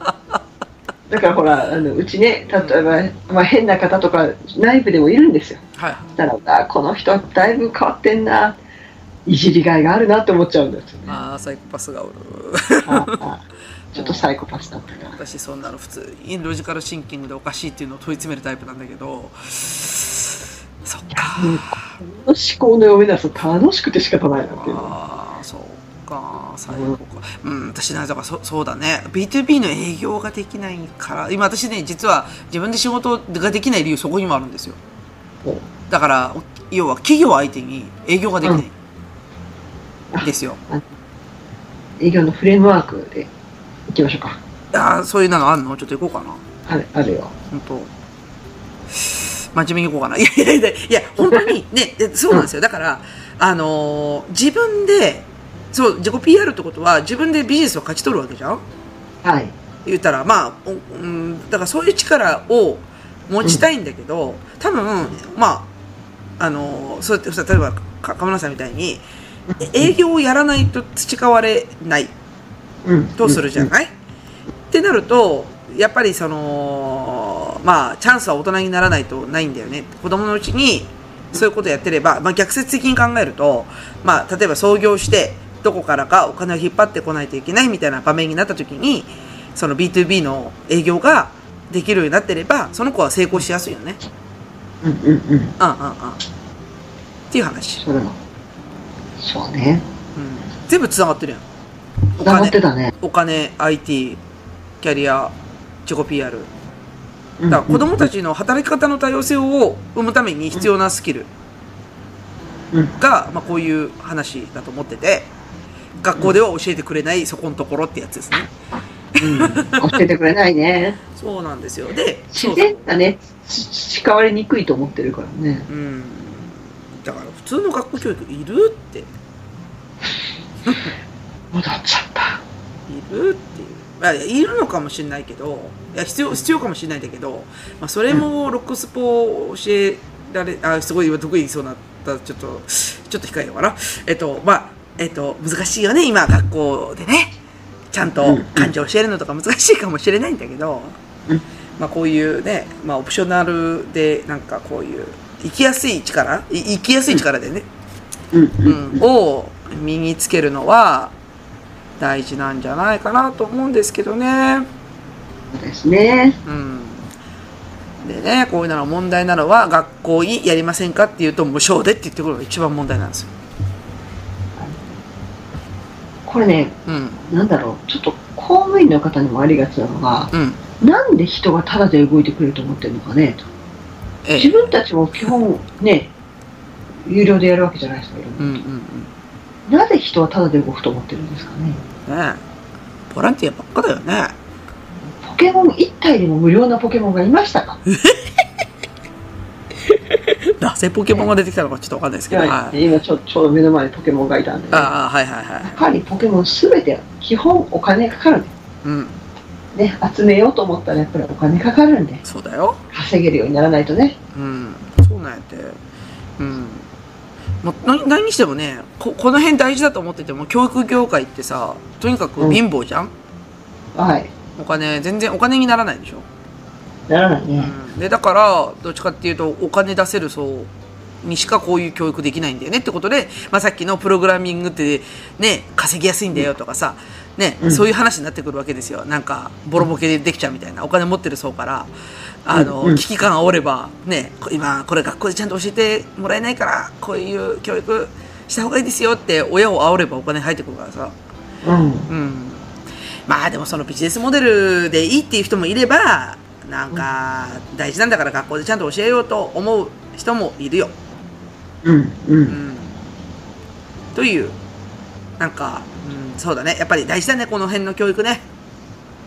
だからほら、あのうちね、例えば、まあ、変な方とか、内部でもいるんですよ。
はい
だから、あこの人、だいぶ変わってんな、いじりがいがあるなって思っちゃうんですよね。
まあサイコパスがおる
あ あちょっとサイコパスだったな。
私そんなの普通にロジカルシンキングでおかしいっていうのを問い詰めるタイプなんだけどそっか
思考の読めなさ楽しくて仕方ないなっていうのは
ああそうか最後かうん私なんかそそうだね B2B の営業ができないから今私ね実は自分で仕事ができない理由そこにもあるんですよ
お
だからお要は企業相手に営業ができないんですよ、
う営業のフレームワークでいきましょうか。
あーそういうのがあんのちょっと行こうかな。
あるあるよ。
本当真面目にいこうかな。いやいやいやいや、本当にね、でそうなんですよ。だから、あのー自分で、そう、自己 PR ってことは自分でビジネスを勝ち取るわけじゃん
はい。
言ったら、まあ、おうん、だからそういう力を持ちたいんだけど、多分、まあ、あのーそうやって、例えば、かカムラさんみたいに、営業をやらないと培われない
うん。
とするじゃ
ん。
ない、ってなると、やっぱりその、まあ、チャンスは大人にならないとないんだよね。子供のうちに、そういうことやってれば、まあ逆説的に考えると、まあ、例えば創業して、どこからかお金を引っ張ってこないといけないみたいな場面になった時に、その B2B の営業ができるようになってれば、その子は成功しやすいよね。
うんうんうん。
うんうんうん。っていう話。
それも。そうね。
うん。全部繋がってるやん。お
繋がっ
金
て、たね。
お金、IT、キャリア、自己 PR。
うん
だから子供た。ちの働き方の多様性を生むために必要なスキル
うん
が、まあ、こういう話だと思ってて学校では教えてくれないそこのところってやつですね
うん教えてくれないね。
そうなんですよでそうそ
自
う
然だね。ち培われにくいと思ってるからね。
うんだから普通の学校教育いるってい
戻っちゃった。
るっていうまあいるのかもしれないけどいや必要必要かもしれないんだけど、まあ、それもロックスポを教えられあすごい今得意そうなったちょっとちょっと控えようかなえっとまあえっと難しいよね今学校でねちゃん
う
と
んうん
漢字を教えるのとか難しいかもしれないんだけど、
うん
まあ、こういうね、まあ、オプショナルでなんかこういう生きやすい力い生きやすい力でね、
うん
う
うん
ん、を身につけるのは大事なんじゃないかなと思うんですけどね。
そうですね。
うん、でねこういうのが問題なのは学校にやりませんかっていうと無償でって言ってくるのが一番問題なんですよ。
これね、
うん
なんだろう。ちょっと公務員の方にもありがちなのが、
うん
なんで人がタダで動いてくれると思ってるのかね。と
え
自
え
分たちも基本ね、有料でやるわけじゃないですか。いろいろ
うんうんうん
なぜ人はタダで動くと思ってるんですかね。
ねえボランティアばっかだよね。
ポケモン1体でも無料なポケモンがいましたか
なぜポケモンが出てきたのかちょっとわかんないですけど。
は
はい
い、今ちょちょうど目の前にポケモンがいたんで、ね、や
ああはいはいはい。
っぱりポケモンすべて基本お金かかるんで
うん
ね集めようと思ったらやっぱりお金かかるんで
そうだよ。
稼げるようにならないとね
うん、そうなんやって。うん。もう何何にしてもねこ、この辺大事だと思ってても、教育業界ってさ、とにかく
うん
貧乏じゃん、
はい
お金、全然お金にならないでしょ。
ならないうね、
ん。で、だから、どっちかっていうと、お金出せる層にしかこういう教育できないんだよねってことで、まあさっきのプログラミングってね、稼ぎやすいんだよとかさ、ね、
うん
そういう話になってくるわけですよ。なんか、ボロボケでできちゃうみたいな、お金持ってる層から、あの、
うんうん
危機感煽れば、ね、こ今、これ学校でちゃんと教えてもらえないから、こういう教育した方がいいですよって、親を煽ればお金入ってくるからさ。
うん
うん、まあでもそのビジネスモデルでいいっていう人もいればなんか大事なんだから学校でちゃんと教えようと思う人もいるよ、
うんう
うんん、というなんか、うん、そうだねやっぱり大事だねこの辺の教育ね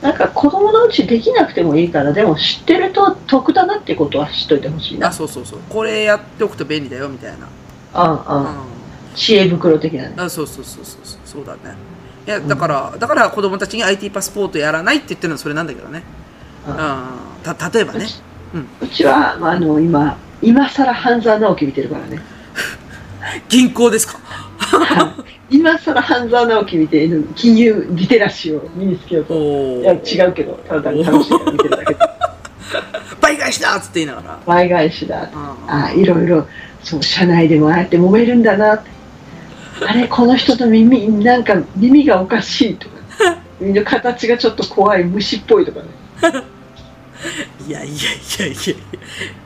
なんか子供のうちできなくてもいいからでも知ってると得だなってことは知っといてほしい
あ
な
そうそうそうこれやっておくと便利だよみたいな、
あんあん
う
知恵袋的なね
ん、あそうそうそうそうそうそうだねいやだから、だから子供たちに IT パスポートやらないって言ってるのはそれなんだけどね、うん、た例えば
う
ね
ち
うん
うちは、まあ、あの今今更半沢直樹見てるからね
銀行ですか
今更半沢直樹見て金融リテラシーを身につけようと
お
いや
ー
違うけどただ単に楽しいから見てるだけで
倍返しだっつって言いながら。
倍返しだ
あ
あいろいろそう社内でもああやって揉めるんだなってあれこの人の耳なんか耳がおかしいとか耳の形がちょっと怖い虫っぽいとかね
いやいやいやいやいや。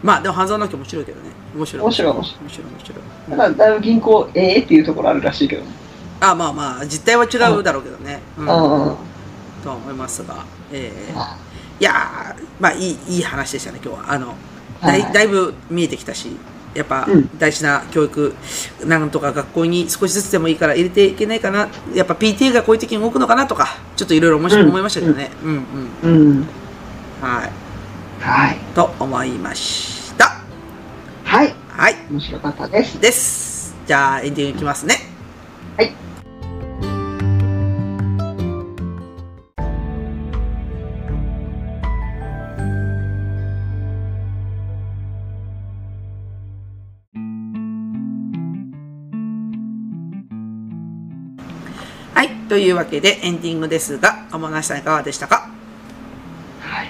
まあでも半沢直樹面白いけどね。面白い。
面白い面白
面白い面白い。
だからだいぶ銀行ええっていうところあるらしいけど、
あまあまあ、実態は違うだろうけどね。うん。
うん、あ
とは思いますが。ええ
あ
いやー、まあいい、いい話でしたね、今日は。あの、
は
だ
い
いだいぶ見えてきたし、やっぱ
うん
大事な教育、なんとか学校に少しずつでもいいから入れていけないかな、やっぱ PTA がこういう時に動くのかなとか、ちょっといろいろ面白い
うん
思いましたけどね。うんうん。
うん。
はい。
はい。
と思いました。
はい。
はい。
面白かったです。
です。じゃあ、エンディングいきますね。
はい。
はい。というわけで、エンディングですが、天梨さんいかがでしたか
はい。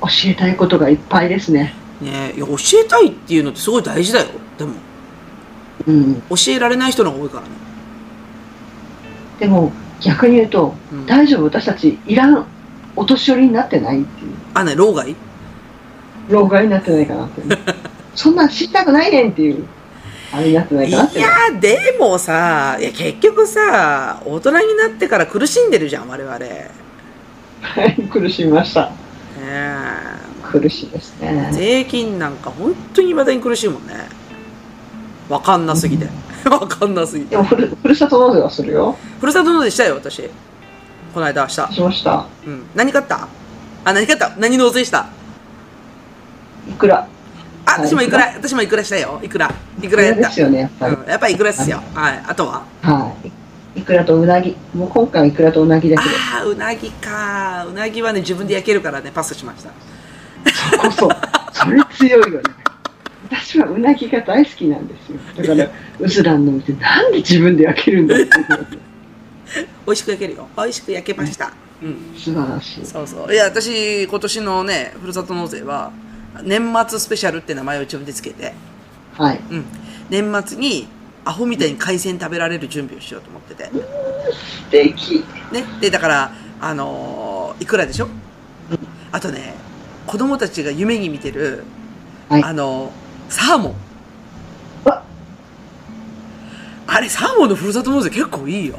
教えたいことがいっぱいですね。
ねえ、いや、教えたいっていうのってすごい大事だよ。でも、
うん。
教えられない人の方が多いからね。
でも、逆に言うと、
うん
大丈夫、私たちいらん、お年寄りになってないっていう。
あ、ね、老害
老害になってないかなっていう。 そんなん知りたくないねんっていう。あれになってない
い
かなっていう。
やでもさいや結局さ大人になってから苦しんでるじゃん我々ね
はい 苦しみました。
え
苦しいですね。
税金なんか本当にまだに苦しいもんねわかんなすぎて わかんなすぎて
でもふる、ふるさと納税はするよ。
ふるさと納税したよ私この間明日、
しました。
うん、何買ったあ何買った何納税した
いくら。
あ私もいくら私もいくらしたよいくらいくらやっ
で
た
すよね、やっぱり。
うん、やっぱりいくらっすよはいあとは
はい。いくらとうなぎ。もう今回はいくらとうなぎだけ
ああうなぎかうなぎはね自分で焼けるからねパスしました
で、 そこそ、それ強いよね。私はうなぎが大好きなんですよ。だから、うずらんの見て、なんで自分で焼けるんだっていう。
美味しく焼けるよ美味しく焼けました、うん
素晴らしい。
そうそういや私今年のねふるさと納税は年末スペシャルって名前を自分でつけて、
はい。
うん、年末にアホみたいに海鮮食べられる準備をしようと思ってて、ね、
素敵。
でだからあのーいくらでしょあとね子供たちが夢に見てる、
はい
あのーサーモン
わ
あれサーモンのふるさと納税結構いいよ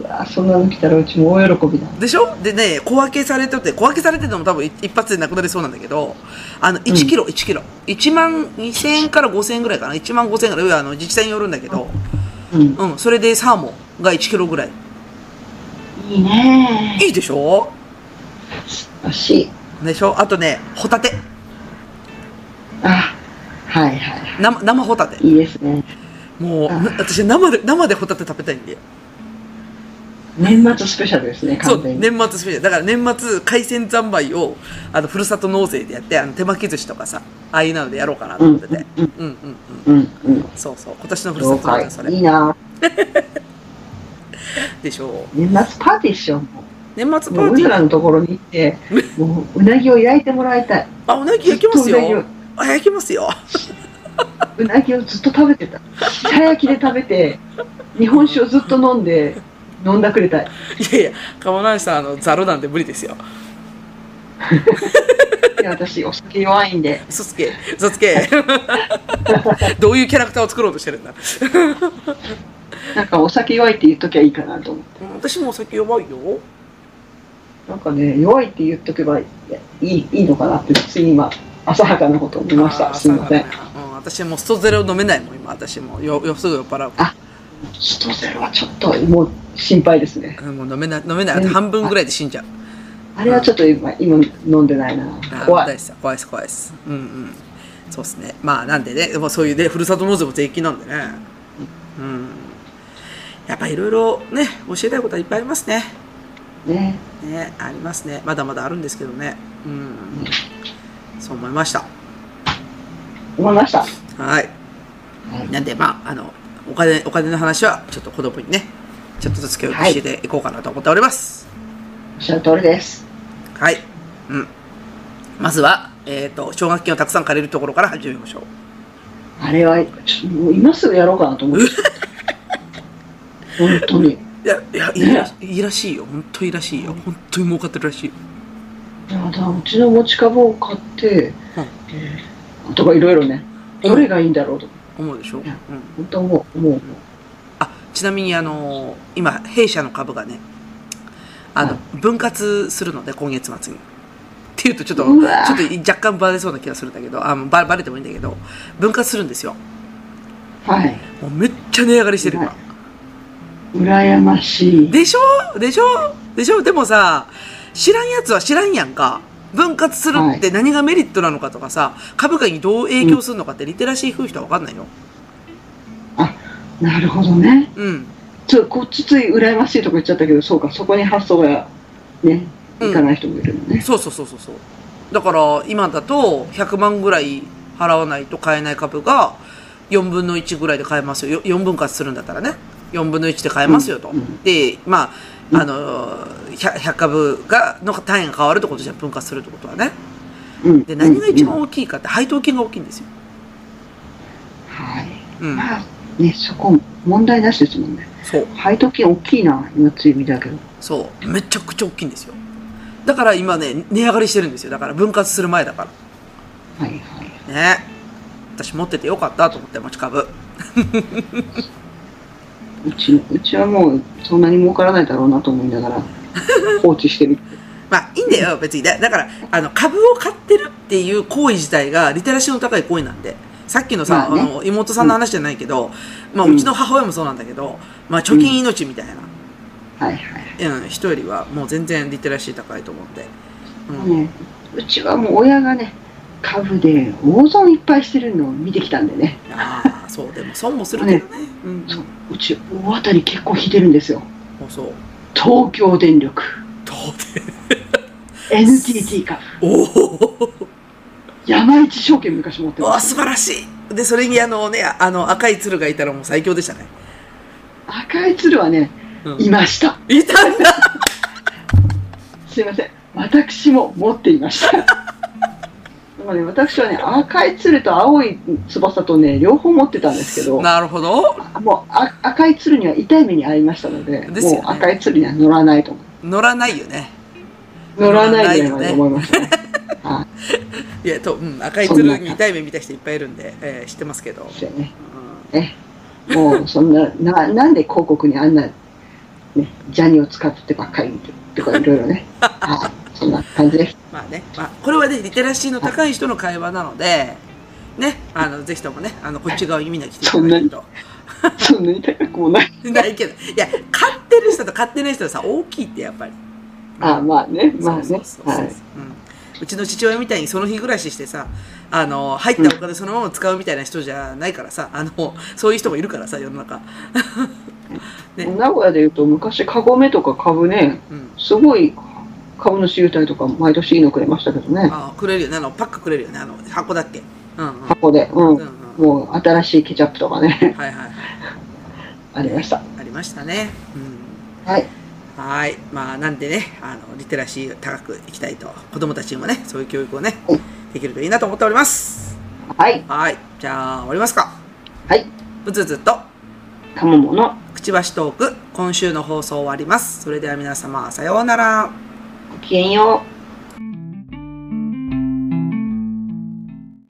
うわそんなの来たらうちも大喜びだ。
でしょでね、小分けされてて、小分けされてても多分一一発でなくなりそうなんだけど、あの、1キロ、1キロ。1万2000円から5000円ぐらいかな。1万5000円ぐらい。あの、自治体によるんだけど、
うん。
うん、それでサーモンが1キロぐらい。
いいね
いいでしょ
らしい。
でしょあとね、ホタテ。
あ、はいはい。
生、生ホタテ。
いいですね。
もう、
あ
な私生で、生でホタテ食べたいんで。
年末スペシャルですね、
そ
完
う、
全に。
年末スペシャル。だから年末海鮮三昧を、あの、ふるさと納税でやって、あの、手巻き寿司とかさ、ああいうのでやろうかなと
うん
思
う
ってて
ん。うん
うん、うん、うん。
うんうん。
そうそう。今年のふるさ
了
と納税は
解
それ。
いいな
でしょう。
年末パーティーしようもう
年末パ
もう
ー
う
ティ
ず
ー。
らのところに 行ってもううなぎを焼いてもらいたい
あ、うなぎ焼けます
ずっとうなぎを
よ。あ、焼けますよ。
うなぎをずっと食べてた白焼きで食べて日本酒をずっと飲んで飲んだくれたい
いやいや、鴨梨さん、あの、ざるなんて無理ですよ。
いや私お酒弱いんで
嘘つけ、嘘つ け。どういうキャラクターを作ろうとしてるんだ。
なんかお酒弱いって言っときゃいいかなと思って
うん私もお酒弱いよ。
なんかね弱いって言っとけばいいいいいのかなってつい今浅はかなことを思いまし
あ
た
ー
すいません。
そうだねうん、私もうストゼロ飲めないもん、今、私も。よ、よ、すぐ酔っ払う。
ちょっとそれはちょっともう心配ですね
うんもう飲めない、飲めない。あと半分ぐらいで死んじゃう。
あれはちょっと今今飲んでないな
あー
怖
大
い
事だ怖いです、怖いです。うんうん。そうですね。まあ、なんでね、でもそういうね、ふるさと納税も税金なんでね。うん。やっぱいろいろね、教えたいことはいっぱいありますね。
ね
ね、ありますね。まだまだあるんですけどね。うん。そう思いました。
思いました
はい。
はい
なんで、まあ、あの、お金、お金の話は、ちょっと子供にね、ちょっとずつ教育していこうかなと思っております。
おっしゃる通りです。
はい。うん。まずは、えっ、と、奨学金をたくさん借りるところから始めましょう。
あれは、ちょもう今すぐやろうかなと 思って。本当に。い
いや、いや、いいらいいらしいよ。本当いいらしいよ。本当に儲かってるらしいよ。
やだからうちの持ち株を買って、
はい
えーとかいろいろね、どれがいいんだろうと、
思うでしょ、うん
や、本当もう、もう、
あ、ちなみに、あの今、弊社の株がね、あの、
は
分割するので、今月末に。っていうとちょっと
うわ
ちょっと若干バレそうな気がするんだけどあもうババレてもいいんだけど分割するんですよ
はい。
もうめっちゃ値上がりしてるから、
羨ましい。
でしょでしょでしょでもさ知らんやつは知らんやんか分割するって何がメリットなのかとかさ、株価にどう影響するのかってリテラシー風人は分かんないよ
なるほどね。
うん
ちょこっちつい羨ましいとか言っちゃったけど、そうか、そこに発想がね、
うん
いかない人もいるのね。
そうそうそうそうそうだから今だと100万ぐらい払わないと買えない株が4分の1ぐらいで買えますよよ4分割するんだったらね4分の1で買えますよと、
うん
でま
う
あ
ん
あの 100, 100株がの単位が変わるってことじゃん分割するってことはね
うん
で何が一
うん
番大きいかって配当金が大きいんですよ、
はい。
うん、
まあ、ね、そこ、問題なしですもんね。
そう
配当金大きいな、今つい見たけど。
そうめちゃくちゃ大きいんですよだから今ね値上がりしてるんですよだから分割する前だか
はいはい。
らね私持っててよかったと思って持ち株
うち、うちはもう、そんなに儲からないだろうなと思いなが ら、放置してる。
まあいいんだよ、別に。だだから、あの、株を買ってるっていう行為自体がリテラシーの高い行為なんで。さっきのさ、あ
まあね
の、妹さんの話じゃないけど、まあ
うん
うちの母親もそうなんだけど、まあ貯金命みたいな、
はいはい。
うん、人よりはもう全然リテラシー高いと思って。うん。
ね、うちはもう親がね、株で大損いっぱいしてるのを見てきたんでね。
ああ、そう、でも損もするけどね。うん。
そううち、大当たり結構引いてるんですよ。
もうそう。
東京電力、
どうで
NTT 株、
おお
山一証券昔持って
うわ
ま
あ、
す。
素晴らしい。で、それにあのね、あの、赤い鶴がいたらもう最強でしたね。
赤い鶴はね、
うん。
いました。
いたんだ
すいません。私も持っていました。だからね、私はね、赤い鶴と青い翼とね、両方持ってたんですけど、
なるほど。
もうあ赤い鶴には痛い目に遭いましたので、
ですよね
もう赤い鶴には乗らないと思う。
乗らないよね。
乗らないでと思いましたね。はい
やと、うん、赤い鶴に痛い目見た人いっぱいいるんで、えー知ってますけど、
い。ですよね。
う
ねもうそんな、ななんで広告にあんな、ね、ジャニを使ってばっかりとかいろい ろね。はい。そんな感じです。
ん、まあね、まあ、これはねリテラシーの高い人の会話なのでねあのぜひともねあのこっち側にみんな来ていただけると
そんなに高くもない。
ないけどいや買ってる人と買ってない人はさ大きいってやっぱり
あまあね、まあ
そう
ね
そう。そうそう
は
う
い
ん。うちの父親みたいにその日暮らししてさあの入ったお金そのまま使うみたいな人じゃないからさあのそういう人もいるからさ世の中、ね
名古屋でいうと昔カゴメとか株ね
うん、
すごい株主優待とか毎年いいのくれましたけどね
あくれるよねあのパックくれるよねあの箱だっけうんうん
箱で、うん
うんうん
もう新しいケチャップとかね
はいはいはい
ありました
ありましたね。うん。
はい
はい。まあ、なんでね、あの、リテラシー高くいきたいと、子供たちにもね、そういう教育をね
うん、
できるといいなと思っております。
はい
はい。じゃあ、終わりますか。
はい。
うつうつと、
かももの
くちばしトーク、今週の放送終わります。それでは皆様、さようなら。
ごきげんよう